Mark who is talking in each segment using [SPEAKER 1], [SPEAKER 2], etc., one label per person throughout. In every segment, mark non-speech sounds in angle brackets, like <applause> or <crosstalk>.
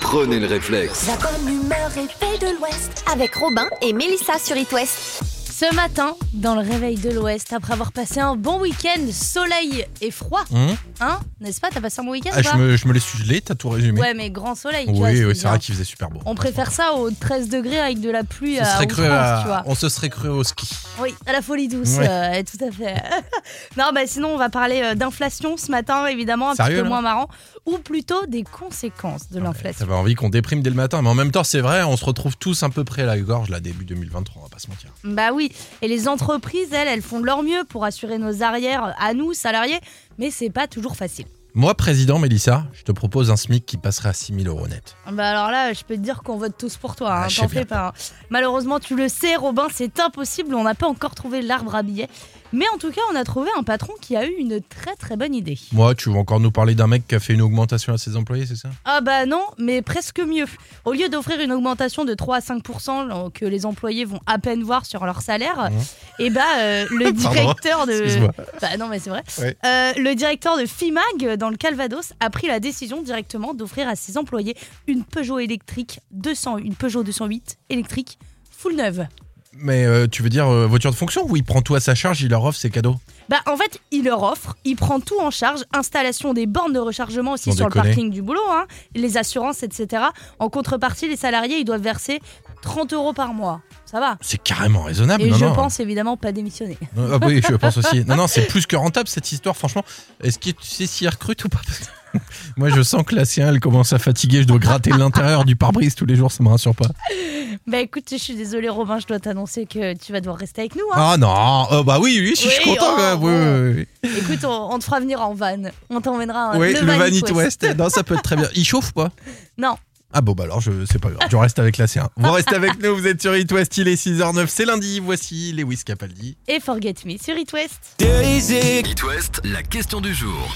[SPEAKER 1] Prenez le réflexe.
[SPEAKER 2] La bonne humeur est faite de l'Ouest avec Robin et Mélissa sur It West.
[SPEAKER 3] Ce matin, dans le réveil de l'Ouest, après avoir passé un bon week-end, soleil et froid,
[SPEAKER 4] Hum.
[SPEAKER 3] hein, n'est-ce pas T'as passé un bon week-end
[SPEAKER 4] Ah,
[SPEAKER 3] ou
[SPEAKER 4] je
[SPEAKER 3] pas
[SPEAKER 4] me, je me l'ai sugelé, t'as tout résumé.
[SPEAKER 3] Ouais, mais grand soleil, tu vois.
[SPEAKER 4] oui,
[SPEAKER 3] c'est
[SPEAKER 4] oui, c'est
[SPEAKER 3] bien.
[SPEAKER 4] vrai qu'il faisait super beau.
[SPEAKER 3] On préfère ça aux 13 degrés avec de la pluie
[SPEAKER 4] Ce
[SPEAKER 3] à
[SPEAKER 4] serait cru
[SPEAKER 3] outrance,
[SPEAKER 4] à-
[SPEAKER 3] tu vois.
[SPEAKER 4] On se serait cru au ski.
[SPEAKER 3] Oui, à la folie douce,
[SPEAKER 4] Ouais.
[SPEAKER 3] euh, tout à fait. <laughs> non, bah sinon, on va parler euh, d'inflation ce matin, évidemment, un
[SPEAKER 4] Sérieux,
[SPEAKER 3] petit peu
[SPEAKER 4] là
[SPEAKER 3] moins marrant, ou plutôt des conséquences de
[SPEAKER 4] Ça
[SPEAKER 3] l'inflation.
[SPEAKER 4] va envie qu'on déprime dès le matin, mais en même temps, c'est vrai, on se retrouve tous un peu près à la gorge, là, début 2023, on va pas se mentir.
[SPEAKER 3] Bah oui, et les entreprises, elles, elles font de leur mieux pour assurer nos arrières à nous, salariés, mais c'est pas toujours facile.
[SPEAKER 4] Moi, président Mélissa, je te propose un SMIC qui passerait à 6000 euros net.
[SPEAKER 3] Bah alors là, je peux te dire qu'on vote tous pour toi, hein,
[SPEAKER 4] Ah, je
[SPEAKER 3] t'en
[SPEAKER 4] sais
[SPEAKER 3] fais
[SPEAKER 4] bien.
[SPEAKER 3] pas. hein. Malheureusement, tu le sais, Robin, c'est impossible, on n'a pas encore trouvé l'arbre à billets. Mais en tout cas, on a trouvé un patron qui a eu une très très bonne idée.
[SPEAKER 4] Moi, tu veux encore nous parler d'un mec qui a fait une augmentation à ses employés, c'est ça
[SPEAKER 3] Ah bah non, mais presque mieux. Au lieu d'offrir une augmentation de 3 à 5% euh, que les employés vont à peine voir sur leur salaire,
[SPEAKER 4] Mhm.
[SPEAKER 3] et bah euh,
[SPEAKER 4] <laughs>
[SPEAKER 3] le directeur de
[SPEAKER 4] Excuse-moi.
[SPEAKER 3] bah non mais c'est vrai.
[SPEAKER 4] Ouais.
[SPEAKER 3] Euh, le directeur de Fimag dans le Calvados a pris la décision directement d'offrir à ses employés une Peugeot électrique 200 une Peugeot 208 électrique full neuve.
[SPEAKER 4] Mais euh, tu veux dire euh, voiture de fonction ou il prend tout à sa charge, il leur offre ses cadeaux
[SPEAKER 3] Bah en fait, il leur offre, il prend tout en charge, installation des bornes de rechargement aussi
[SPEAKER 4] Sans
[SPEAKER 3] sur
[SPEAKER 4] déconner.
[SPEAKER 3] le parking du boulot, hein, les assurances, etc. En contrepartie, les salariés, ils doivent verser 30 euros par mois. Ça va.
[SPEAKER 4] C'est carrément raisonnable,
[SPEAKER 3] Et
[SPEAKER 4] Ah, non hein.
[SPEAKER 3] je
[SPEAKER 4] non.
[SPEAKER 3] pense évidemment pas démissionner.
[SPEAKER 4] Ah oui, je pense aussi. Non, non, c'est plus que rentable cette histoire, franchement. Est-ce que tu sais s'il recrute ou pas <laughs> Moi, je sens que la C1, elle commence à fatiguer. Je dois gratter l'intérieur du pare-brise tous les jours, ça me rassure pas.
[SPEAKER 3] <laughs> Bah écoute, je suis désolée Robin, je dois t'annoncer que tu vas devoir rester avec nous. hein.
[SPEAKER 4] Ah non, euh, bah oui, oui, je suis
[SPEAKER 3] Oui,
[SPEAKER 4] content.
[SPEAKER 3] oh,
[SPEAKER 4] ouais, oui, oui, oui.
[SPEAKER 3] Écoute, on, on te fera venir en van. On t'emmènera euh,
[SPEAKER 4] Ah. Oui,
[SPEAKER 3] le,
[SPEAKER 4] le
[SPEAKER 3] van
[SPEAKER 4] Vanity
[SPEAKER 3] East West.
[SPEAKER 4] West. Non, ça peut être très bien. Il chauffe pas
[SPEAKER 3] Non.
[SPEAKER 4] Ah bon, bah alors, je, c'est pas grave. Je reste avec la C1.
[SPEAKER 3] <laughs>
[SPEAKER 4] Vous restez avec nous, vous êtes sur It West, il est 6h09, c'est lundi. Voici Lewis Capaldi.
[SPEAKER 3] Et Forget Me sur It West.
[SPEAKER 1] It West, la question du jour.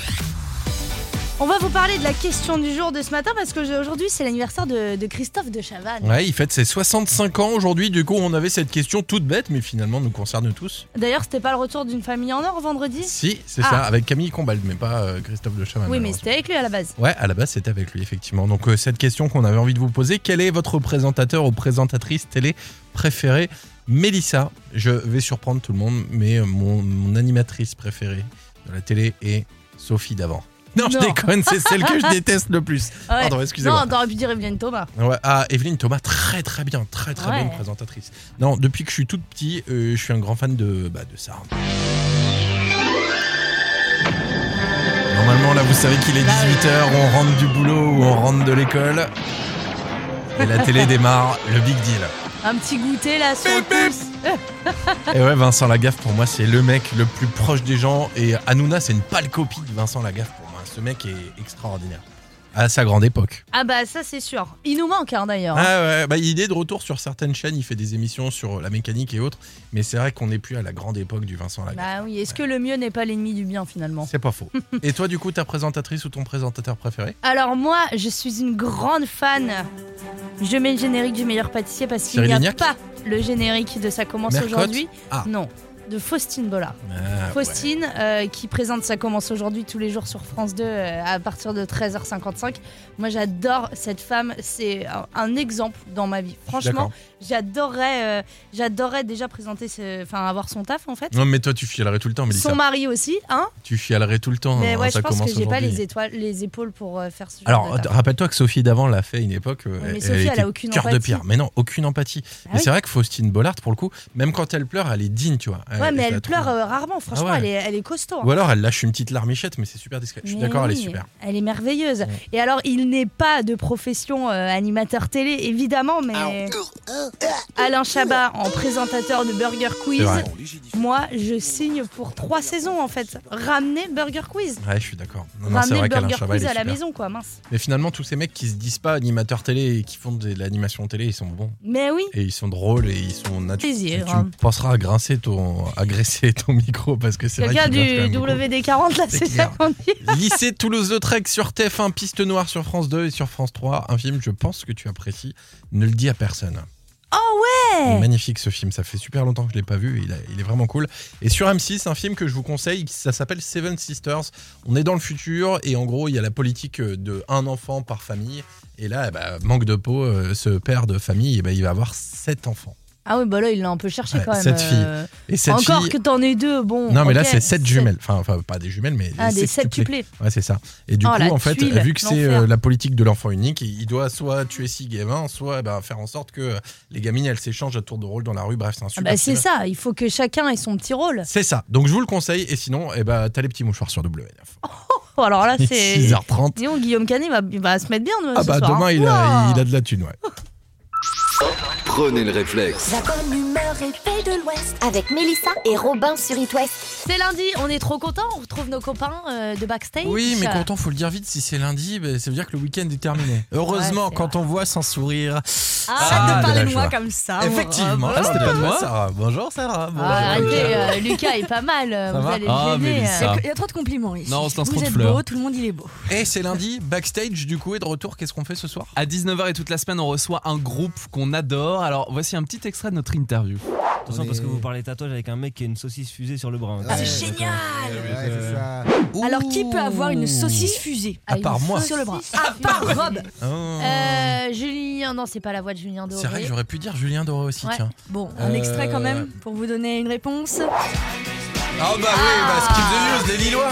[SPEAKER 3] On va vous parler de la question du jour de ce matin parce qu'aujourd'hui c'est l'anniversaire de, de Christophe de Chavannes.
[SPEAKER 4] Ouais, il fête ses 65 ans aujourd'hui. Du coup, on avait cette question toute bête, mais finalement, nous concerne tous.
[SPEAKER 3] D'ailleurs, c'était pas le retour d'une famille en or vendredi
[SPEAKER 4] Si, c'est
[SPEAKER 3] Ah.
[SPEAKER 4] ça, avec Camille Combald, mais pas euh, Christophe de Chavannes.
[SPEAKER 3] Oui, mais
[SPEAKER 4] malheureusement.
[SPEAKER 3] c'était avec lui à la base.
[SPEAKER 4] Ouais, à la base, c'était avec lui, effectivement. Donc, euh, cette question qu'on avait envie de vous poser, quel est votre présentateur ou présentatrice télé préférée Mélissa, je vais surprendre tout le monde, mais euh, mon, mon animatrice préférée de la télé est Sophie d'avant. Non, je
[SPEAKER 3] Non.
[SPEAKER 4] déconne, c'est celle que je
[SPEAKER 3] <laughs>
[SPEAKER 4] déteste le plus.
[SPEAKER 3] Ah Ouais.
[SPEAKER 4] Pardon, excusez-moi.
[SPEAKER 3] Non, t'aurais pu dire Evelyne Thomas.
[SPEAKER 4] Ouais, ah, Evelyne Thomas, très très bien, très très
[SPEAKER 3] Ouais.
[SPEAKER 4] bonne présentatrice. Non, depuis que je suis toute petite, euh, je suis un grand fan de, bah, de ça. Normalement, là, vous savez qu'il est 18h, on rentre du boulot ou on rentre de l'école. Et la télé démarre, le big deal.
[SPEAKER 3] Un petit goûter là sur le pouce.
[SPEAKER 4] Et ouais, Vincent Lagaffe, pour moi, c'est le mec le plus proche des gens. Et Hanouna, c'est une pâle copie de Vincent Lagaffe pour moi. Ce mec est extraordinaire. À sa grande époque.
[SPEAKER 3] Ah bah ça c'est sûr. Il nous manque hein, d'ailleurs.
[SPEAKER 4] Ah ouais, bah, il est de retour sur certaines chaînes, il fait des émissions sur la mécanique et autres, mais c'est vrai qu'on n'est plus à la grande époque du Vincent Lagaffe.
[SPEAKER 3] Bah oui, est-ce que le mieux n'est pas l'ennemi du bien finalement
[SPEAKER 4] C'est pas faux. <laughs> et toi, du coup, ta présentatrice ou ton présentateur préféré
[SPEAKER 3] Alors moi, je suis une grande fan. Je mets le générique du meilleur pâtissier parce qu'il
[SPEAKER 4] Cyril
[SPEAKER 3] n'y a
[SPEAKER 4] Lignac
[SPEAKER 3] pas le générique de Ça commence
[SPEAKER 4] Mercotte
[SPEAKER 3] aujourd'hui.
[SPEAKER 4] Ah.
[SPEAKER 3] Non, de Faustine Bollard.
[SPEAKER 4] Ah, ouais.
[SPEAKER 3] Faustine euh, qui présente Ça commence aujourd'hui tous les jours sur France 2 euh, à partir de 13h55. Moi j'adore cette femme, c'est un, un exemple dans ma vie. Franchement,
[SPEAKER 4] D'accord.
[SPEAKER 3] J'adorerais, euh, j'adorerais déjà présenter, ce- enfin avoir son taf en fait.
[SPEAKER 4] Non, mais toi, tu fialerais tout le temps, Mélissa.
[SPEAKER 3] Son mari aussi, hein.
[SPEAKER 4] Tu fialerais tout le temps.
[SPEAKER 3] mais
[SPEAKER 4] hein,
[SPEAKER 3] ouais,
[SPEAKER 4] ça
[SPEAKER 3] je pense que
[SPEAKER 4] commence
[SPEAKER 3] j'ai pas
[SPEAKER 4] aujourd'hui.
[SPEAKER 3] les étoiles, les épaules pour euh, faire ce genre
[SPEAKER 4] Alors,
[SPEAKER 3] de taf.
[SPEAKER 4] att- rappelle-toi que Sophie d'avant l'a fait à une époque. euh,
[SPEAKER 3] mais Sophie, elle a
[SPEAKER 4] était
[SPEAKER 3] aucune
[SPEAKER 4] cœur de
[SPEAKER 3] empathie. Ah
[SPEAKER 4] pierre. Mais non, aucune empathie. mais
[SPEAKER 3] oui.
[SPEAKER 4] c'est vrai que Faustine Bollard, pour le coup, même quand elle pleure, elle est digne, tu vois.
[SPEAKER 3] Ouais, mais
[SPEAKER 4] je
[SPEAKER 3] elle
[SPEAKER 4] la
[SPEAKER 3] pleure
[SPEAKER 4] trouve-
[SPEAKER 3] euh, rarement. Franchement,
[SPEAKER 4] Ah ouais.
[SPEAKER 3] elle, est, elle est costaud. hein.
[SPEAKER 4] Ou alors elle lâche une petite larmichette, mais c'est super discret. Je suis
[SPEAKER 3] Mais
[SPEAKER 4] d'accord, elle est
[SPEAKER 3] oui,
[SPEAKER 4] super.
[SPEAKER 3] Elle est merveilleuse. Et alors, il n'est pas de profession euh, animateur télé, évidemment, mais Alain Chabat en présentateur de Burger
[SPEAKER 4] C'est
[SPEAKER 3] Quiz.
[SPEAKER 4] vrai.
[SPEAKER 3] Moi, je signe pour trois saisons en fait. Ramener Burger Quiz.
[SPEAKER 4] Ouais, je suis d'accord. Non, non, c'est
[SPEAKER 3] Ramener
[SPEAKER 4] vrai qu'Alain
[SPEAKER 3] Burger
[SPEAKER 4] Chabat, il
[SPEAKER 3] Quiz
[SPEAKER 4] est
[SPEAKER 3] à la
[SPEAKER 4] super.
[SPEAKER 3] maison, quoi, mince.
[SPEAKER 4] Mais finalement, tous ces mecs qui se disent pas animateurs télé et qui font de l'animation télé, ils sont bons.
[SPEAKER 3] Mais oui.
[SPEAKER 4] Et ils sont drôles et ils sont naturels. Tu
[SPEAKER 3] Plaisir. hein.
[SPEAKER 4] me penseras à grincer ton, à graisser <laughs> ton micro parce que c'est vrai
[SPEAKER 3] Quelqu'un
[SPEAKER 4] qu'il grince
[SPEAKER 3] du
[SPEAKER 4] quand même beaucoup.
[SPEAKER 3] WD40, là,
[SPEAKER 4] C'est
[SPEAKER 3] c'est ça
[SPEAKER 4] clair.
[SPEAKER 3] qu'on dit
[SPEAKER 4] <laughs> Lycée Toulouse-Lautrec sur TF1, Piste Noire sur France 2 et sur France 3. Un film, je pense que tu apprécies. Ne le dis à personne.
[SPEAKER 3] Oh ouais
[SPEAKER 4] Il est
[SPEAKER 3] Ouais
[SPEAKER 4] magnifique ce film, ça fait super longtemps que je l'ai pas vu, il, a- il est vraiment cool. Et sur M6, un film que je vous conseille, ça s'appelle Seven Sisters. On est dans le futur et en gros, il y a la politique euh, de un enfant par famille. Et là, eh ben, manque de peau, euh, ce père de famille, eh ben, il va avoir sept enfants.
[SPEAKER 3] Ah oui, bah là, il l'a un peu cherché
[SPEAKER 4] Ouais,
[SPEAKER 3] quand même.
[SPEAKER 4] cette fille.
[SPEAKER 3] euh,
[SPEAKER 4] Et cette
[SPEAKER 3] Encore
[SPEAKER 4] fille-
[SPEAKER 3] que t'en aies deux, bon.
[SPEAKER 4] Non, mais là,
[SPEAKER 3] ok,
[SPEAKER 4] c'est sept
[SPEAKER 3] sept-
[SPEAKER 4] jumelles. Enfin, enfin, pas des jumelles, mais
[SPEAKER 3] Ah,
[SPEAKER 4] des
[SPEAKER 3] des sept
[SPEAKER 4] septuplés.
[SPEAKER 3] tuplés.
[SPEAKER 4] Ouais, c'est ça. Et du
[SPEAKER 3] Oh,
[SPEAKER 4] coup,
[SPEAKER 3] la
[SPEAKER 4] en fait,
[SPEAKER 3] tuile,
[SPEAKER 4] vu que c'est
[SPEAKER 3] l'enfer.
[SPEAKER 4] euh, la politique de l'enfant unique, il il doit soit tuer six gamins, soit bah, faire en sorte que euh, les gamines, elles s'échangent à tour de rôle dans la rue. Bref, c'est un
[SPEAKER 3] Ah
[SPEAKER 4] super
[SPEAKER 3] bah, c'est
[SPEAKER 4] film.
[SPEAKER 3] ça, il faut que chacun ait son petit rôle.
[SPEAKER 4] C'est ça. Donc je vous le conseille. Et sinon, eh ben, t'as les petits mouchoirs sur W9.
[SPEAKER 3] Oh, alors là,
[SPEAKER 4] <laughs>
[SPEAKER 3] c'est.
[SPEAKER 4] 6h30.
[SPEAKER 3] Disons, Guillaume Canet va, il va se mettre bien. euh,
[SPEAKER 4] Ah
[SPEAKER 3] ce
[SPEAKER 4] bah
[SPEAKER 3] soir,
[SPEAKER 4] demain,
[SPEAKER 3] hein.
[SPEAKER 4] il, a,
[SPEAKER 3] Ouah.
[SPEAKER 4] il a de la thune, ouais.
[SPEAKER 1] Prenez le réflexe.
[SPEAKER 2] La bonne humeur est faite de l'Ouest avec Mélissa et Robin sur It West.
[SPEAKER 3] hein. C'est lundi, on est trop contents, on retrouve nos copains euh, de backstage.
[SPEAKER 5] Oui, mais
[SPEAKER 3] Euh,
[SPEAKER 5] content, faut le dire vite. Si c'est lundi, ben, ça veut dire que le week-end est
[SPEAKER 4] <laughs>
[SPEAKER 5] terminé. Heureusement,
[SPEAKER 3] c'est
[SPEAKER 5] quand on voit sans sourire.
[SPEAKER 3] Arrête
[SPEAKER 5] Ah,
[SPEAKER 3] de parler
[SPEAKER 4] la
[SPEAKER 3] de, moi
[SPEAKER 4] joie.
[SPEAKER 3] comme ça. mon
[SPEAKER 5] Effectivement,
[SPEAKER 3] Rob.
[SPEAKER 5] ah, c'était pas de moi.
[SPEAKER 4] Sarah.
[SPEAKER 5] Bonjour Sarah. Bonjour.
[SPEAKER 3] Ah, arrêtez, euh, Lucas est pas mal, euh,
[SPEAKER 5] Ça
[SPEAKER 3] vous
[SPEAKER 5] va
[SPEAKER 3] allez
[SPEAKER 5] Ah,
[SPEAKER 3] le gêner.
[SPEAKER 5] mais
[SPEAKER 6] Il y,
[SPEAKER 5] Lisa.
[SPEAKER 6] a,
[SPEAKER 5] Ah.
[SPEAKER 6] il y a trop de compliments ici.
[SPEAKER 5] Non, on se lance
[SPEAKER 6] Vous
[SPEAKER 5] trop de
[SPEAKER 6] êtes
[SPEAKER 5] fleurs.
[SPEAKER 6] beau, tout le monde il est beau.
[SPEAKER 5] Et c'est lundi, backstage du coup est de retour. Qu'est-ce qu'on fait ce soir
[SPEAKER 7] À 19h et toute la semaine, on reçoit un groupe qu'on adore. Alors voici un petit extrait de notre interview.
[SPEAKER 8] Attention
[SPEAKER 9] On
[SPEAKER 8] parce
[SPEAKER 9] est-
[SPEAKER 8] que vous parlez tatouage avec un mec qui a une saucisse fusée sur le bras. hein.
[SPEAKER 6] Ah,
[SPEAKER 8] euh,
[SPEAKER 6] C'est
[SPEAKER 9] Ouais,
[SPEAKER 6] génial
[SPEAKER 9] Ouais, c'est ça.
[SPEAKER 6] Alors qui peut avoir une saucisse fusée
[SPEAKER 4] À part moi.
[SPEAKER 6] sur le bras
[SPEAKER 3] À part Rob.
[SPEAKER 4] Oh.
[SPEAKER 3] Euh, Julien, non, c'est pas la voix de Julien Doré.
[SPEAKER 4] C'est vrai que j'aurais pu dire Julien Doré aussi,
[SPEAKER 3] Ouais.
[SPEAKER 4] tiens.
[SPEAKER 6] Bon, un
[SPEAKER 4] Euh,
[SPEAKER 6] extrait quand même pour vous donner une réponse.
[SPEAKER 5] Ah bah oui, bah skip the news, les Lillois.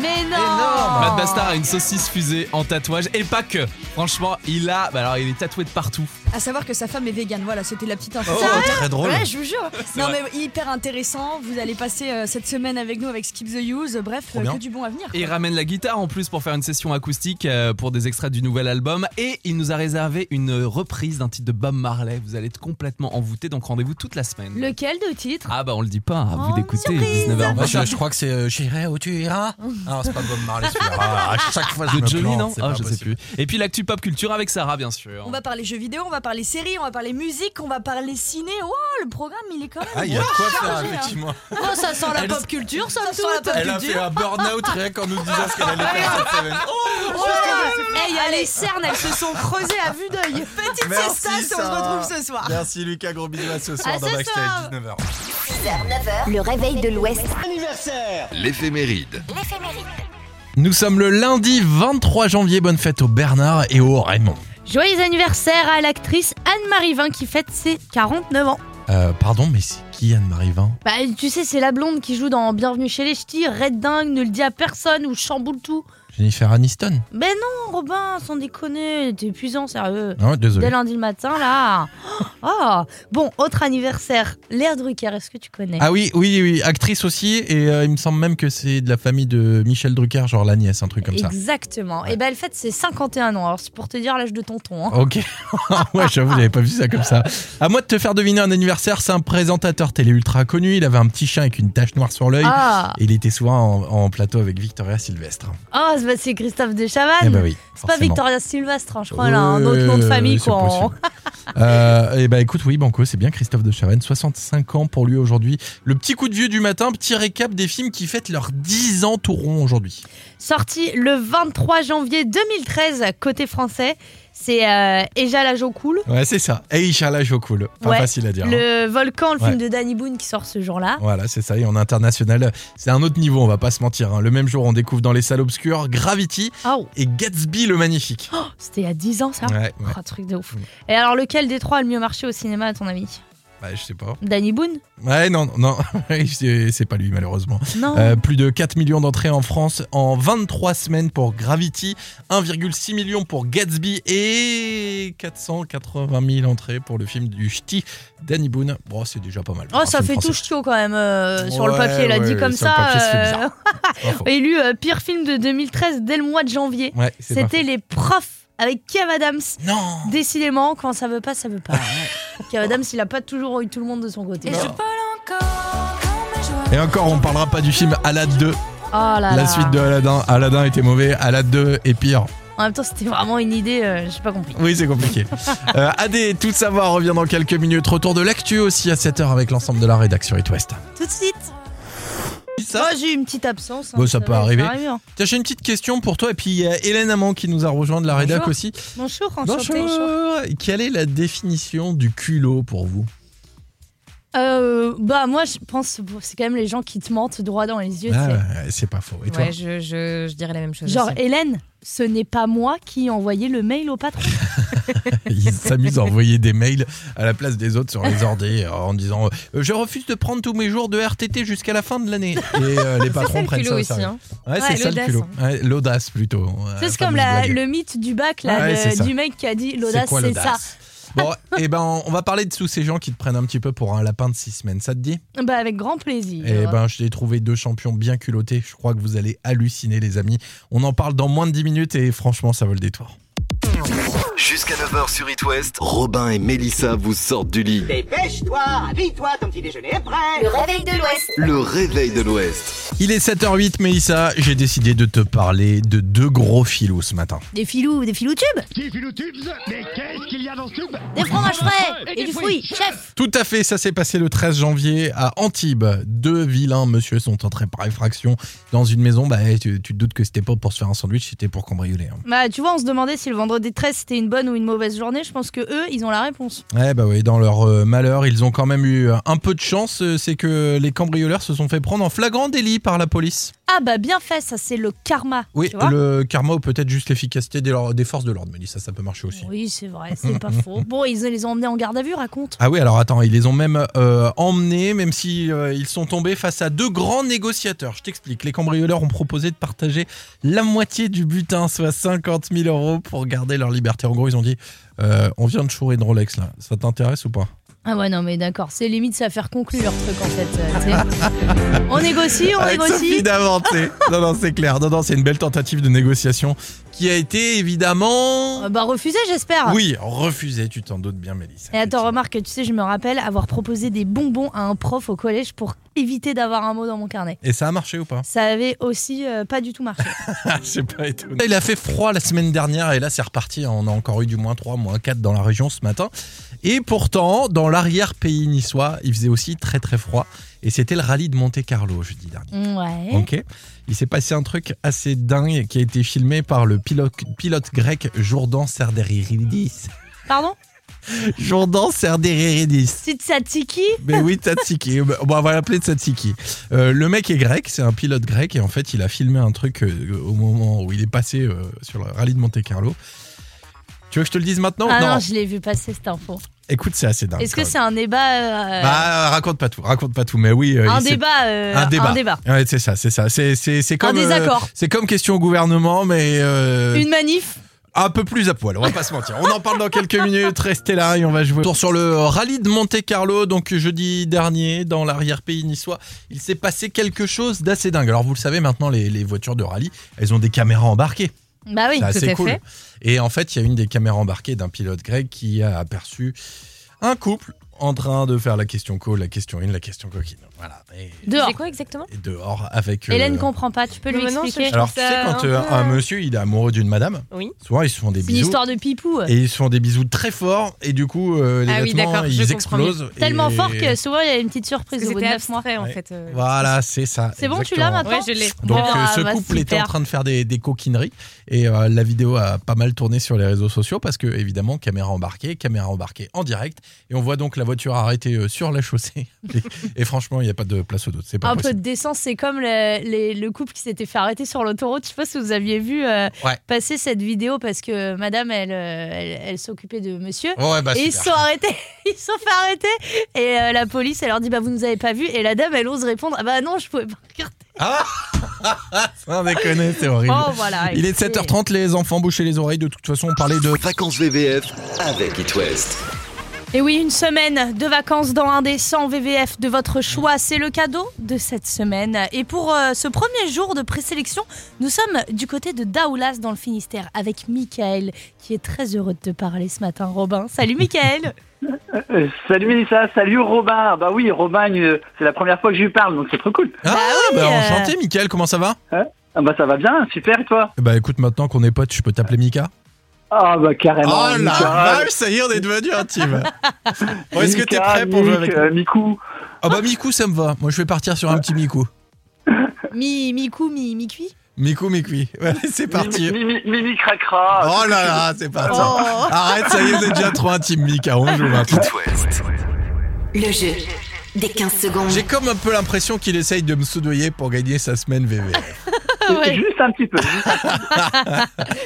[SPEAKER 3] Mais non
[SPEAKER 7] Matt Bastard a une saucisse fusée en tatouage et pas que. Franchement, il a. bah alors, il est tatoué de partout.
[SPEAKER 6] À savoir que sa femme est végane, voilà, c'était la petite info.
[SPEAKER 5] Oh, très drôle.
[SPEAKER 6] Ouais, je vous jure. Non
[SPEAKER 7] vrai.
[SPEAKER 6] mais hyper intéressant. Vous allez passer euh, cette semaine avec nous avec Skip the Use. Bref,
[SPEAKER 5] Trop
[SPEAKER 6] euh,
[SPEAKER 5] bien.
[SPEAKER 6] que du bon à venir.
[SPEAKER 7] Et il ramène la guitare en plus pour faire une session acoustique euh, pour des extraits du nouvel album. Et il nous a réservé une reprise d'un titre de Bob Marley. Vous allez être complètement envoûté, donc rendez-vous toute la semaine.
[SPEAKER 3] Lequel de titre
[SPEAKER 7] Ah bah on le dit pas, à vous
[SPEAKER 3] Oh,
[SPEAKER 7] d'écouter
[SPEAKER 3] surprise.
[SPEAKER 7] 19h.
[SPEAKER 5] Moi, je, je crois que c'est euh, J'irai où tu iras. Ah, c'est pas Bob Marley
[SPEAKER 4] <laughs>
[SPEAKER 5] celui-là. Ah, À chaque fois, je
[SPEAKER 7] De
[SPEAKER 5] me
[SPEAKER 7] Johnny,
[SPEAKER 5] plante,
[SPEAKER 7] non
[SPEAKER 5] c'est
[SPEAKER 7] Ah,
[SPEAKER 5] pas
[SPEAKER 7] je sais
[SPEAKER 5] possible.
[SPEAKER 7] plus. Et puis l'actu pop culture avec Sarah, bien sûr.
[SPEAKER 6] On va parler jeux vidéo, on va parler séries, on va parler musique, on va parler ciné. Wow, le programme il est quand même.
[SPEAKER 5] Ah, il y a de quoi faire,
[SPEAKER 6] chargé, hein.
[SPEAKER 5] effectivement.
[SPEAKER 3] Oh, ça sent la
[SPEAKER 5] Elle-
[SPEAKER 3] pop culture, somme
[SPEAKER 6] sent
[SPEAKER 3] toute.
[SPEAKER 6] la pop
[SPEAKER 5] Elle a fait un burn-out rien qu'en nous disant ce qu'elle allait faire cette <laughs> semaine.
[SPEAKER 3] Ouais. Eh, il y a les cernes, elles se sont creusées à vue d'œil.
[SPEAKER 6] Petite
[SPEAKER 5] Merci,
[SPEAKER 6] sieste, on se
[SPEAKER 5] Sarah.
[SPEAKER 6] retrouve ce soir.
[SPEAKER 5] Merci Lucas, gros bisous à ce soir
[SPEAKER 3] À
[SPEAKER 5] dans
[SPEAKER 3] ce
[SPEAKER 5] Backstage
[SPEAKER 3] soir.
[SPEAKER 5] 19h.
[SPEAKER 2] Le réveil de l'Ouest.
[SPEAKER 1] L'éphéméride.
[SPEAKER 4] Nous sommes le lundi 23 janvier. Bonne fête au Bernard et au Raymond.
[SPEAKER 3] Joyeux anniversaire à l'actrice Anne-Marie Vin qui fête ses 49 ans.
[SPEAKER 4] Euh, pardon, mais c'est qui Anne-Marie Vin
[SPEAKER 3] Bah, tu sais, c'est la blonde qui joue dans Bienvenue chez les Ch'tis, Red Dingue, Ne le dis à personne ou Chamboule tout.
[SPEAKER 4] Jennifer Aniston
[SPEAKER 3] Mais non, Robin, sans déconner, t'es épuisant, sérieux.
[SPEAKER 4] Non,
[SPEAKER 3] Dès
[SPEAKER 4] désolé.
[SPEAKER 3] lundi le matin, là. <gasps> Ah Bon, autre anniversaire, Léa Drucker, est-ce que tu connais
[SPEAKER 4] Ah oui, oui, oui, actrice aussi, et euh, il me semble même que c'est de la famille de Michel Drucker, genre la nièce, un truc comme ça.
[SPEAKER 3] Exactement. Et ben elle fête ses 51 ans. Alors c'est pour te dire l'âge de tonton. hein.
[SPEAKER 4] Ok, <laughs> ouais, j'avoue, j'avais pas vu ça comme ça. À moi de te faire deviner un anniversaire, c'est un présentateur télé ultra connu, il avait un petit chien avec une tache noire sur l'œil,
[SPEAKER 3] Ah,
[SPEAKER 4] et il était souvent en, en plateau avec Victoria Sylvestre.
[SPEAKER 3] ah c'est- bah, c'est Christophe de
[SPEAKER 4] Eh
[SPEAKER 3] Chavannes.
[SPEAKER 4] ben oui,
[SPEAKER 3] c'est pas
[SPEAKER 4] forcément.
[SPEAKER 3] Victoria Sylvestre, hein, je crois, là, un autre nom de
[SPEAKER 4] Ouais,
[SPEAKER 3] famille.
[SPEAKER 4] c'est
[SPEAKER 3] quoi. hein.
[SPEAKER 4] possible. Euh, et bah écoute, oui, Banco, c'est bien Christophe de Chavannes, 65 ans pour lui aujourd'hui. Le petit coup de vieux du matin, petit récap des films qui fêtent leurs 10 ans tout rond aujourd'hui.
[SPEAKER 3] Sorti le 23 janvier 2013, côté français, c'est euh, Eja la Jo Cool.
[SPEAKER 4] Ouais, c'est ça. Et Inch'Allah, je cool. Pas
[SPEAKER 3] Ouais,
[SPEAKER 4] facile à dire. hein.
[SPEAKER 3] Le Volcan, le
[SPEAKER 4] Ouais.
[SPEAKER 3] film de Danny Boone qui sort ce jour-là.
[SPEAKER 4] Voilà, c'est ça. Et en international, c'est un autre niveau, on va pas se mentir. hein. Le même jour, on découvre dans les salles obscures Gravity
[SPEAKER 3] Ah, oh,
[SPEAKER 4] et Gatsby le Magnifique.
[SPEAKER 3] c'était il y a 10 ans ça.
[SPEAKER 4] ouais, ouais.
[SPEAKER 3] Oh, un truc de ouf.
[SPEAKER 4] Mm.
[SPEAKER 3] Et alors, lequel des trois a le mieux marché au cinéma, à ton avis
[SPEAKER 4] Bah, je sais pas.
[SPEAKER 3] Danny Boone
[SPEAKER 4] Ouais, non, non, <laughs> c'est c'est pas lui, malheureusement.
[SPEAKER 3] Non.
[SPEAKER 4] Euh, plus de 4 millions d'entrées en France en 23 semaines pour Gravity, 1,6 million pour Gatsby et 480 000 entrées pour le film du ch'ti Danny Boone. Bon, c'est déjà pas mal.
[SPEAKER 3] oh, ça fait tout
[SPEAKER 4] touche
[SPEAKER 3] ch'tio quand même euh, sur le
[SPEAKER 4] Ouais,
[SPEAKER 3] papier, là,
[SPEAKER 4] ouais,
[SPEAKER 3] dit comme
[SPEAKER 4] sur le
[SPEAKER 3] ça.
[SPEAKER 4] papier, ça fait bizarre.
[SPEAKER 3] euh, élu euh, pire film de 2013 dès le mois de janvier.
[SPEAKER 4] Oh, Ouais, c'est pas
[SPEAKER 3] C'était Les Profs avec Kev Adams.
[SPEAKER 4] faux. Non
[SPEAKER 3] Décidément, quand ça veut pas, ça veut
[SPEAKER 4] <laughs>
[SPEAKER 3] pas. Ouais. Kev Adams, il a pas toujours eu tout le monde de son côté.
[SPEAKER 6] Et
[SPEAKER 3] Oh
[SPEAKER 6] je parle encore comme je vois.
[SPEAKER 4] Et encore, on parlera pas du film Alad 2,
[SPEAKER 3] Oh là là.
[SPEAKER 4] la suite de Aladdin. Aladdin était mauvais, Alad 2 est pire.
[SPEAKER 3] En même temps, c'était vraiment une idée, euh, j'ai pas compris.
[SPEAKER 4] Oui, c'est compliqué. euh, AD, tout savoir revient dans quelques minutes. Retour de l'actu aussi à 7h avec l'ensemble de la rédaction It West.
[SPEAKER 3] Tout de suite.
[SPEAKER 4] ça
[SPEAKER 3] Moi, Oh, j'ai eu une petite absence.
[SPEAKER 4] Bon, ça peut
[SPEAKER 3] va,
[SPEAKER 4] arriver.
[SPEAKER 3] hein.
[SPEAKER 4] Tiens, j'ai une petite question pour toi. Et puis, il y a Hélène Amand qui nous a rejoint de la
[SPEAKER 3] Bonjour.
[SPEAKER 4] rédac aussi.
[SPEAKER 3] Bonjour, enchanté.
[SPEAKER 4] Quelle est la définition du culot pour vous
[SPEAKER 3] Euh, bah, moi, je pense que c'est quand même les gens qui te mentent droit dans les yeux. tu
[SPEAKER 4] Ah,
[SPEAKER 3] sais.
[SPEAKER 4] ouais, C'est pas faux. Et toi
[SPEAKER 9] Ouais, je, je, je dirais la même chose.
[SPEAKER 3] Genre,
[SPEAKER 9] aussi.
[SPEAKER 3] Hélène, ce n'est pas moi qui ai envoyé le mail au patron.
[SPEAKER 4] Ils s'amusent à envoyer des mails à la place des autres sur les ordis euh, en disant euh, Je refuse de prendre tous mes jours de RTT jusqu'à la fin de l'année. Et euh, les
[SPEAKER 9] c'est ça
[SPEAKER 4] patrons
[SPEAKER 9] le
[SPEAKER 4] prennent
[SPEAKER 9] culot
[SPEAKER 4] ça au
[SPEAKER 9] ici.
[SPEAKER 4] sérieux.
[SPEAKER 9] hein.
[SPEAKER 4] Ouais,
[SPEAKER 9] Ouais,
[SPEAKER 4] c'est ça le
[SPEAKER 9] l'audace,
[SPEAKER 4] culot. Ouais, l'audace
[SPEAKER 3] Tu
[SPEAKER 4] plutôt.
[SPEAKER 3] sais, c'est
[SPEAKER 4] fameuse
[SPEAKER 3] comme la-
[SPEAKER 4] blague.
[SPEAKER 3] le mythe du bac là,
[SPEAKER 4] Ouais,
[SPEAKER 3] de-
[SPEAKER 4] c'est ça.
[SPEAKER 3] du mec qui a dit l'audace,
[SPEAKER 4] quoi
[SPEAKER 3] c'est ça.
[SPEAKER 4] l'audace Bon, et ben, on va parler de tous ces gens qui te prennent un petit peu pour un lapin de six semaines. Ça te dit
[SPEAKER 3] Bah, avec grand plaisir.
[SPEAKER 4] Eh ben, je t'ai trouvé deux champions bien culottés. Je crois que vous allez halluciner, les amis. On en parle dans moins de 10 minutes et franchement, ça vaut le détour.
[SPEAKER 1] Jusqu'à 9h sur It West, Robin et Mélissa vous sortent du lit.
[SPEAKER 10] Dépêche-toi, habille-toi, ton petit déjeuner est prêt.
[SPEAKER 2] Le réveil de l'Ouest.
[SPEAKER 1] Le réveil de l'Ouest.
[SPEAKER 4] Il est 7h08, Mélissa. J'ai décidé de te parler de deux gros filous ce matin.
[SPEAKER 3] Des filous, des filous tubes,
[SPEAKER 10] Mais qu'est-ce qu'il y a dans ce tube
[SPEAKER 3] des fromages frais et, du fruit, chef.
[SPEAKER 4] Tout à fait, ça s'est passé le 13 janvier à Antibes. Deux vilains monsieur sont entrés par effraction dans une maison. Bah, eh, tu, tu te doutes que c'était pas pour se faire un sandwich, c'était pour cambrioler. hein.
[SPEAKER 3] Bah, tu vois, on se demandait si le vendredi 13 c'était une bonne ou une mauvaise journée. Je pense que eux, ils ont la réponse.
[SPEAKER 4] Ouais, bah oui, dans leur euh, malheur, ils ont quand même eu euh, un peu de chance. euh, C'est que les cambrioleurs se sont fait prendre en flagrant délit par la police.
[SPEAKER 3] Ah, bah, bien fait, ça, c'est le karma.
[SPEAKER 4] Oui,
[SPEAKER 3] tu vois
[SPEAKER 4] le karma ou peut-être juste l'efficacité des, lor- des forces de l'ordre, Mélissa, ça peut marcher aussi.
[SPEAKER 3] Oui, c'est vrai, c'est pas <laughs> faux. Bon, ils les ont emmenés en garde à vue, raconte.
[SPEAKER 4] Ah oui, alors attends, ils les ont même euh, emmenés, même si euh, ils sont tombés face à deux grands négociateurs. Je t'explique, les cambrioleurs ont proposé de partager la moitié du butin, soit 50 000 euros, pour garder leur liberté. En gros, ils ont dit, euh, on vient de chourer une Rolex là, ça t'intéresse ou pas
[SPEAKER 3] Ah, ouais, non, mais d'accord, c'est limite, ça va faire conclure leur truc en fait. euh, tu sais. on négocie, on
[SPEAKER 4] Avec Sophie
[SPEAKER 3] négocie. <laughs>
[SPEAKER 4] d'inventer. non, non, c'est clair. Non, non, c'est une belle tentative de négociation qui a été évidemment...
[SPEAKER 3] Euh, Bah, refusé, j'espère.
[SPEAKER 4] Oui, refusée, tu t'en doutes bien, Mélissa.
[SPEAKER 3] Et attends, remarque, tu sais, je me rappelle avoir proposé des bonbons à un prof au collège pour éviter d'avoir un mot dans mon carnet.
[SPEAKER 4] Et ça a marché ou pas
[SPEAKER 3] Ça avait aussi euh, pas du tout
[SPEAKER 4] <laughs>
[SPEAKER 3] marché.
[SPEAKER 4] C'est pas étonnant. Il a fait froid la semaine dernière et là c'est reparti. On a encore eu du moins 3, moins 4 dans la région ce matin. Et pourtant, dans l'arrière-pays niçois, il faisait aussi très très froid. Et c'était le rallye de Monte Carlo jeudi dernier.
[SPEAKER 3] Ouais.
[SPEAKER 4] Ok. Il s'est passé un truc assez dingue qui a été filmé par le pilote, pilote grec Jourdan Serderidis.
[SPEAKER 3] Pardon
[SPEAKER 4] Jourdan Serderidis.
[SPEAKER 3] C'est Tzatziki
[SPEAKER 4] Mais oui, Tatsiki. Bon, on va l'appeler Tatsiki. Euh, le mec est grec, c'est un pilote grec, et en fait, il a filmé un truc euh, au moment où il est passé euh, sur le rallye de Monte Carlo. Tu veux que je te le dise maintenant
[SPEAKER 3] Ah non, je l'ai vu passer cette info.
[SPEAKER 4] Écoute, c'est assez dingue.
[SPEAKER 3] Est-ce
[SPEAKER 4] Ah, quand
[SPEAKER 3] que c'est un débat euh,
[SPEAKER 4] même. Bah, raconte pas tout, raconte pas tout, mais oui. euh,
[SPEAKER 3] un,
[SPEAKER 4] il s'est-
[SPEAKER 3] débat, euh,
[SPEAKER 4] un débat. Ouais, c'est ça, c'est ça. C'est, c'est, c'est
[SPEAKER 3] Un
[SPEAKER 4] comme. euh,
[SPEAKER 3] désaccord.
[SPEAKER 4] c'est comme question au gouvernement, mais. euh,
[SPEAKER 3] Une manif
[SPEAKER 4] un peu plus à poil, on va pas se mentir. On en parle dans quelques minutes, restez là et on va jouer. Tour sur le rallye de Monte Carlo, donc jeudi dernier, dans l'arrière-pays niçois, il s'est passé quelque chose d'assez dingue. Alors vous le savez maintenant, les, les voitures de rallye, elles ont des caméras embarquées.
[SPEAKER 3] Bah oui.
[SPEAKER 4] C'est
[SPEAKER 9] tout
[SPEAKER 4] assez
[SPEAKER 9] à
[SPEAKER 4] cool.
[SPEAKER 9] fait.
[SPEAKER 4] Et en fait, il y a une des caméras embarquées d'un pilote grec qui a aperçu un couple en train de faire la question co, la question in, la question coquine. Voilà. Et,
[SPEAKER 3] Dehors.
[SPEAKER 9] C'est quoi exactement
[SPEAKER 4] et dehors avec... euh,
[SPEAKER 3] Hélène comprend pas, tu peux lui
[SPEAKER 9] Mais non,
[SPEAKER 3] expliquer.
[SPEAKER 9] je-
[SPEAKER 4] Alors tu
[SPEAKER 9] Ça,
[SPEAKER 4] sais, quand
[SPEAKER 9] un
[SPEAKER 4] euh,
[SPEAKER 9] peu,
[SPEAKER 4] un
[SPEAKER 9] euh,
[SPEAKER 4] monsieur, il est amoureux d'une madame,
[SPEAKER 9] Oui.
[SPEAKER 4] souvent ils se font des
[SPEAKER 3] C'est une
[SPEAKER 4] bisous.
[SPEAKER 3] histoire de pipou.
[SPEAKER 4] Et ils se font des bisous très forts et du coup euh, les
[SPEAKER 9] Ah oui,
[SPEAKER 4] vêtements
[SPEAKER 9] d'accord, je
[SPEAKER 4] ils
[SPEAKER 9] comprends
[SPEAKER 4] explosent. et-
[SPEAKER 3] Tellement fort que souvent il y a une petite surprise
[SPEAKER 9] Parce
[SPEAKER 3] au
[SPEAKER 9] que
[SPEAKER 3] bout de
[SPEAKER 9] c'était
[SPEAKER 3] 9 mois.
[SPEAKER 9] abstrait en
[SPEAKER 4] Ouais.
[SPEAKER 9] fait. euh,
[SPEAKER 4] Voilà, c'est ça.
[SPEAKER 3] C'est bon, tu l'as
[SPEAKER 4] exactement.
[SPEAKER 3] maintenant
[SPEAKER 9] Ouais, je l'ai.
[SPEAKER 4] Donc
[SPEAKER 3] Bon,
[SPEAKER 4] euh, ce
[SPEAKER 3] bah,
[SPEAKER 4] couple était en
[SPEAKER 3] super.
[SPEAKER 4] train de faire des, des coquineries et euh, la vidéo a pas mal tourné sur les réseaux sociaux parce que évidemment caméra embarquée, caméra embarquée en direct et on voit donc la voiture arrêtée euh, sur la chaussée <laughs> et, et franchement il n'y a pas de place au d'autres, c'est pas
[SPEAKER 3] un peu
[SPEAKER 4] possible.
[SPEAKER 3] de décence, c'est comme le, les- le couple qui s'était fait arrêter sur l'autoroute. Je sais pas si vous aviez vu euh,
[SPEAKER 4] Ouais.
[SPEAKER 3] passer cette vidéo parce que madame, elle, euh, elle, elle s'occupait de monsieur.
[SPEAKER 4] Ouais, bah,
[SPEAKER 3] et ils se
[SPEAKER 4] super.
[SPEAKER 3] sont arrêtés, <laughs> ils se sont fait arrêter. Et euh, la police, elle leur dit Bah, vous nous avez pas vu. Et la dame, elle ose répondre Ah, bah non, je pouvais pas regarder.
[SPEAKER 4] Ah, <laughs> Sans déconner, c'est horrible.
[SPEAKER 3] Oh, voilà.
[SPEAKER 4] Il est
[SPEAKER 3] écoutez. Bah
[SPEAKER 4] 7h30, les enfants, bouchez les oreilles. De toute façon, on parlait de
[SPEAKER 1] Vacances VVF avec It West.
[SPEAKER 3] Et oui, une semaine de vacances dans un des 100 VVF de votre choix, c'est le cadeau de cette semaine. Et pour euh, ce premier jour de présélection, nous sommes du côté de Daoulas dans le Finistère avec Michael, qui est très heureux de te parler ce matin, Robin. Salut Michael
[SPEAKER 10] Euh, Salut Mélissa, salut Robin. Bah oui, Robin, euh, c'est la première fois que je lui parle, donc c'est trop cool.
[SPEAKER 4] Ah,
[SPEAKER 3] oui,
[SPEAKER 4] bah,
[SPEAKER 3] euh.
[SPEAKER 4] enchanté, Mickaël, comment ça va
[SPEAKER 10] Ah bah ça va bien, super et toi
[SPEAKER 4] Bah écoute, maintenant qu'on est potes, je peux t'appeler Mika
[SPEAKER 10] Ah bah carrément.
[SPEAKER 4] Oh la
[SPEAKER 10] Mika,
[SPEAKER 4] vache, ça y est, on est devenu intime.
[SPEAKER 10] <laughs>
[SPEAKER 4] Bon, Est-ce que t'es
[SPEAKER 10] Mika,
[SPEAKER 4] prêt pour jouer
[SPEAKER 10] Mick,
[SPEAKER 4] avec nous
[SPEAKER 10] euh, Miku
[SPEAKER 4] Ah bah Miku, ça me va. Moi, je vais partir sur un petit Miku.
[SPEAKER 6] Mi, mi cou, mi, mi cuit.
[SPEAKER 4] Miku Mikui. Ouais, <laughs> c'est parti.
[SPEAKER 10] Mimi Mimi Cracra.
[SPEAKER 4] Oh là là, c'est parti.
[SPEAKER 6] Oh.
[SPEAKER 4] Arrête, ça y est, c'est déjà trop intime, Mika. On joue maintenant.
[SPEAKER 1] It West.
[SPEAKER 2] Le jeu des 15 secondes.
[SPEAKER 4] <laughs> J'ai comme un peu l'impression qu'il essaye de me soudoyer pour gagner sa semaine VV.
[SPEAKER 3] Ouais,
[SPEAKER 10] Juste un petit peu.
[SPEAKER 4] Ah,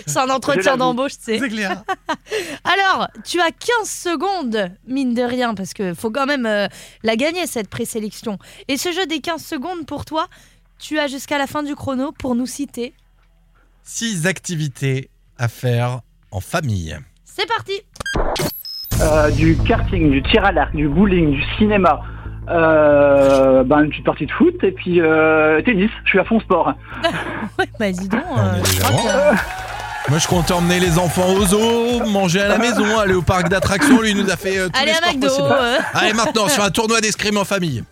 [SPEAKER 3] C'est un
[SPEAKER 10] Je
[SPEAKER 3] entretien
[SPEAKER 10] l'avoue.
[SPEAKER 3] d'embauche, tu sais.
[SPEAKER 4] C'est clair.
[SPEAKER 3] Alors, tu as 15 secondes, mine de rien, parce que faut quand même euh, la gagner, cette présélection. Et ce jeu des 15 secondes, pour toi, tu as jusqu'à la fin du chrono pour nous citer.
[SPEAKER 4] Six activités à faire en famille.
[SPEAKER 3] C'est parti
[SPEAKER 10] Euh, du karting, du tir à l'arc, du bowling, du cinéma. Euh, ben, une petite partie de foot et puis euh, tennis. Je suis à fond sport.
[SPEAKER 3] Ouais, bah dis donc.
[SPEAKER 4] On est
[SPEAKER 3] euh, je
[SPEAKER 4] déjà
[SPEAKER 3] crois
[SPEAKER 4] loin. Moi, je compte emmener les enfants aux zoo,
[SPEAKER 3] <laughs>
[SPEAKER 4] manger à la maison, aller au parc d'attractions. Lui, il nous a fait euh, tous
[SPEAKER 3] Allez
[SPEAKER 4] les
[SPEAKER 3] à
[SPEAKER 4] sports
[SPEAKER 3] McDo
[SPEAKER 4] possibles.
[SPEAKER 3] euh.
[SPEAKER 4] Allez, maintenant, sur un tournoi d'escrime
[SPEAKER 3] <laughs>
[SPEAKER 4] en famille.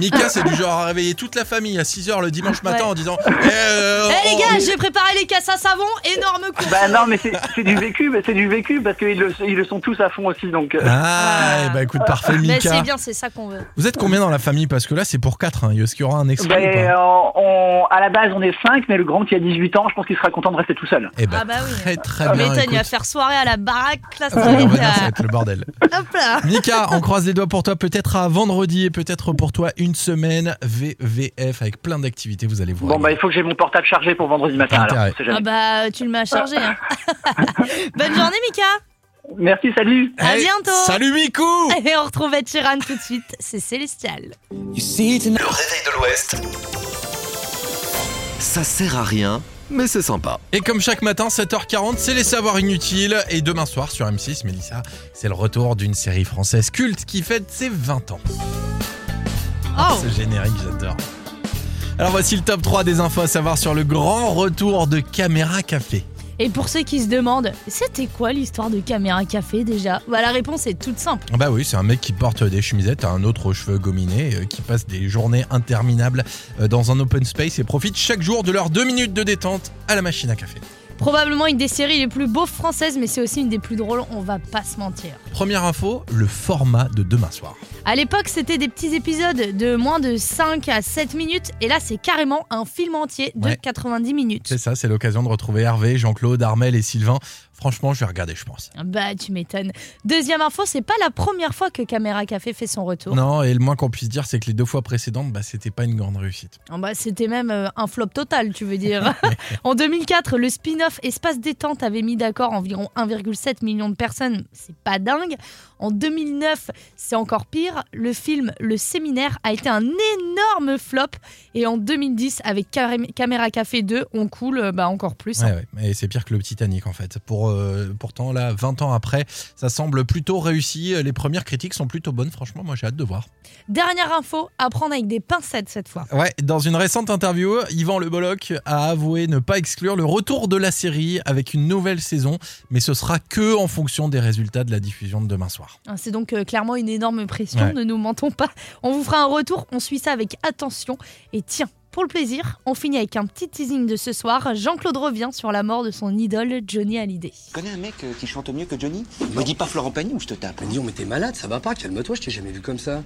[SPEAKER 4] Mika, c'est du genre à réveiller toute la famille à 6h le dimanche matin
[SPEAKER 3] Ouais. <laughs>
[SPEAKER 4] en disant Eh, euh,
[SPEAKER 3] Eh les
[SPEAKER 4] on-
[SPEAKER 3] gars, j'ai préparé les casses à savon, énorme course
[SPEAKER 10] Ben non, mais c'est c'est du vécu, mais c'est du vécu parce qu'ils le, ils le sont tous à fond aussi. Donc, euh,
[SPEAKER 4] Ah, eh ben, écoute, parfait,
[SPEAKER 3] Mais Bah, c'est
[SPEAKER 4] Mika.
[SPEAKER 3] bien, c'est ça qu'on veut.
[SPEAKER 4] Vous êtes combien dans la famille Parce que là, c'est pour 4. Est-ce qu'il y aura un extrait ou
[SPEAKER 10] ben,
[SPEAKER 4] pas
[SPEAKER 10] on- on- à la base, on est 5, mais le grand qui a 18 ans, je pense qu'il sera content de rester tout seul.
[SPEAKER 4] Eh ben,
[SPEAKER 3] Ah bah oui.
[SPEAKER 4] très très
[SPEAKER 3] Mais
[SPEAKER 4] bien.
[SPEAKER 3] Tony
[SPEAKER 4] écoute. Ah, bah,
[SPEAKER 3] va faire soirée à la baraque, là, ça
[SPEAKER 4] Ça va
[SPEAKER 3] va être,
[SPEAKER 4] revenir, ça va
[SPEAKER 3] euh,
[SPEAKER 4] être le bordel.
[SPEAKER 3] Hop là
[SPEAKER 4] Mika, on croise les doigts pour toi, peut-être à vendredi et peut-être pour toi une semaine VVF avec plein d'activités. Vous allez voir.
[SPEAKER 10] Bon, bah, il faut que j'ai mon portable chargé pour vendredi matin. Alors,
[SPEAKER 4] Intérêt.
[SPEAKER 10] on sait jamais.
[SPEAKER 3] Ah bah, tu le m'as chargé. hein. <laughs> Bonne journée, Mika
[SPEAKER 10] Merci, salut.
[SPEAKER 3] à bientôt.
[SPEAKER 4] Salut Mikou
[SPEAKER 3] Et on retrouve Ed Sheeran tout de suite, c'est Célestial.
[SPEAKER 1] Le réveil de l'Ouest. Ça sert à rien, mais c'est sympa.
[SPEAKER 4] Et comme chaque matin, 7h40, c'est les savoirs inutiles. Et demain soir sur M6, Mélissa, c'est le retour d'une série française culte qui fête ses 20 ans.
[SPEAKER 3] Oh
[SPEAKER 4] C'est générique, j'adore. Alors voici le top 3 des infos à savoir sur le grand retour de Caméra Café.
[SPEAKER 3] Et pour ceux qui se demandent, c'était quoi l'histoire de Caméra Café déjà Bah la réponse est toute simple.
[SPEAKER 4] Ah Bah oui, c'est un mec qui porte des chemisettes, un autre aux cheveux gominés, euh, qui passe des journées interminables euh, dans un open space et profite chaque jour de leurs deux minutes de détente à la machine à café.
[SPEAKER 3] Probablement une des séries les plus beaux françaises, mais c'est aussi une des plus drôles, on va pas se mentir.
[SPEAKER 4] Première info, le format de demain soir.
[SPEAKER 3] À l'époque, c'était des petits épisodes de moins de 5 à 7 minutes, et là, c'est carrément un film entier de
[SPEAKER 4] Ouais.
[SPEAKER 3] 90 minutes.
[SPEAKER 4] C'est ça, c'est l'occasion de retrouver Hervé, Jean-Claude, Armel et Sylvain. Franchement, je vais regarder, je pense.
[SPEAKER 3] Bah, tu m'étonnes. Deuxième info, c'est pas la première fois que Caméra Café fait son retour.
[SPEAKER 4] Non, et le moins qu'on puisse dire, c'est que les deux fois précédentes, bah, c'était pas une grande réussite.
[SPEAKER 3] Ah bah, C'était même euh, un flop total, tu veux dire. en 2004, le spin-off Espace détente avait mis d'accord environ 1,7 million de personnes. C'est pas dingue. En 2009, c'est encore pire. Le film Le Séminaire a été un énorme flop. Et en 2010, avec Caré- Caméra Café 2, on coule euh, bah, encore plus.
[SPEAKER 4] Ouais, ouais. Et c'est pire que le Titanic, en fait. Pour, euh, pourtant, là, 20 ans après, ça semble plutôt réussi. Les premières critiques sont plutôt bonnes. Franchement, moi, j'ai hâte de voir.
[SPEAKER 3] Dernière info, à prendre avec des pincettes cette fois.
[SPEAKER 4] Ouais, dans une récente interview, Yvan Le Bolloc a avoué ne pas exclure le retour de la série avec une nouvelle saison, mais ce sera que en fonction des résultats de la diffusion de demain soir.
[SPEAKER 3] <laughs> Hein, C'est donc euh, clairement une énorme pression,
[SPEAKER 4] Ouais.
[SPEAKER 3] ne nous mentons pas. On vous fera un retour, on suit ça avec attention. Et tiens, pour le plaisir, on finit avec un petit teasing de ce soir. Jean-Claude revient sur la mort de son idole Johnny Hallyday.
[SPEAKER 11] Tu connais un mec euh, qui chante mieux que Johnny Me dis pas Florent Pagny ou je te tape.
[SPEAKER 12] Dis, on mais t'es malade, ça va pas, calme-toi, je t'ai jamais vu comme ça.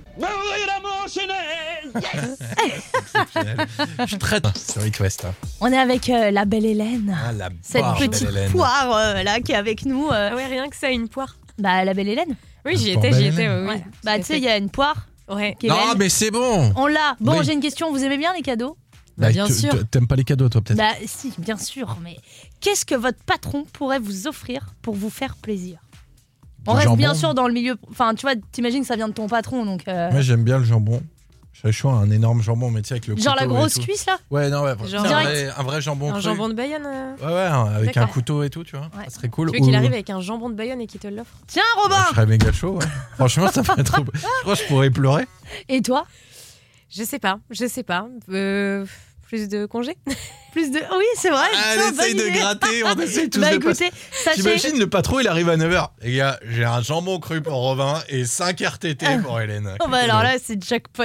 [SPEAKER 4] Je traite sur It West.
[SPEAKER 3] On est avec euh, la belle Hélène.
[SPEAKER 4] Ah, la
[SPEAKER 3] Cette
[SPEAKER 4] barbe,
[SPEAKER 3] petite
[SPEAKER 4] Hélène.
[SPEAKER 3] poire euh, là qui est avec nous. euh.
[SPEAKER 9] Ah ouais, rien que ça, une poire.
[SPEAKER 3] Bah, la belle Hélène.
[SPEAKER 9] Oui, j'y
[SPEAKER 4] Bon,
[SPEAKER 9] étais,
[SPEAKER 4] ben,
[SPEAKER 9] j'y étais,
[SPEAKER 4] même.
[SPEAKER 9] oui.
[SPEAKER 3] Ouais. Bah, tu sais, il y a une poire
[SPEAKER 9] Ouais.
[SPEAKER 3] qui est
[SPEAKER 4] Non,
[SPEAKER 3] belle.
[SPEAKER 4] mais c'est bon.
[SPEAKER 3] On l'a. Bon,
[SPEAKER 4] Oui.
[SPEAKER 3] j'ai une question. Vous aimez bien les cadeaux
[SPEAKER 9] Bah, bien
[SPEAKER 4] t-
[SPEAKER 9] sûr.
[SPEAKER 4] t- T'aimes pas les cadeaux, toi, peut-être
[SPEAKER 3] Bah, si, bien sûr. Mais qu'est-ce que votre patron pourrait vous offrir pour vous faire plaisir On
[SPEAKER 4] Du
[SPEAKER 3] reste
[SPEAKER 4] jambon.
[SPEAKER 3] bien sûr dans le milieu. Enfin, tu vois, t'imagines que ça vient de ton patron, donc. euh,
[SPEAKER 4] Moi, j'aime bien le jambon. J'ai le choix un énorme jambon, mais tu sais, avec le
[SPEAKER 3] genre la
[SPEAKER 4] couteau et
[SPEAKER 3] grosse
[SPEAKER 4] tout.
[SPEAKER 3] cuisse, là
[SPEAKER 4] Ouais, non, ouais.
[SPEAKER 9] Genre
[SPEAKER 4] c'est un,
[SPEAKER 3] direct.
[SPEAKER 4] vrai, un vrai jambon.
[SPEAKER 9] Un
[SPEAKER 4] cru.
[SPEAKER 9] jambon de Bayonne euh,
[SPEAKER 4] Ouais, ouais, avec un
[SPEAKER 9] D'accord.
[SPEAKER 4] couteau et tout, tu vois.
[SPEAKER 3] Ouais.
[SPEAKER 4] Ça serait cool.
[SPEAKER 9] Tu veux qu'il
[SPEAKER 4] Ou-
[SPEAKER 9] arrive avec un jambon de Bayonne et qu'il te l'offre
[SPEAKER 3] Tiens,
[SPEAKER 4] Bah,
[SPEAKER 3] Robin
[SPEAKER 4] je serais méga chaud,
[SPEAKER 3] <laughs>
[SPEAKER 4] ouais. Franchement, ça ferait trop. Je crois que je pourrais pleurer.
[SPEAKER 3] Et toi
[SPEAKER 9] Je sais pas, je sais pas. Euh, plus de congés
[SPEAKER 3] Plus de. Oui, c'est vrai. putain, Ah, bonne idée.
[SPEAKER 4] Ah, gratter, on essaye
[SPEAKER 3] Bah écoutez, sachez.
[SPEAKER 4] T'imagines le patron, il arrive à 9h. Les gars, j'ai un jambon cru pour Robin et 5 RTT pour Hélène.
[SPEAKER 3] Oh bah alors là, c'est jackpot.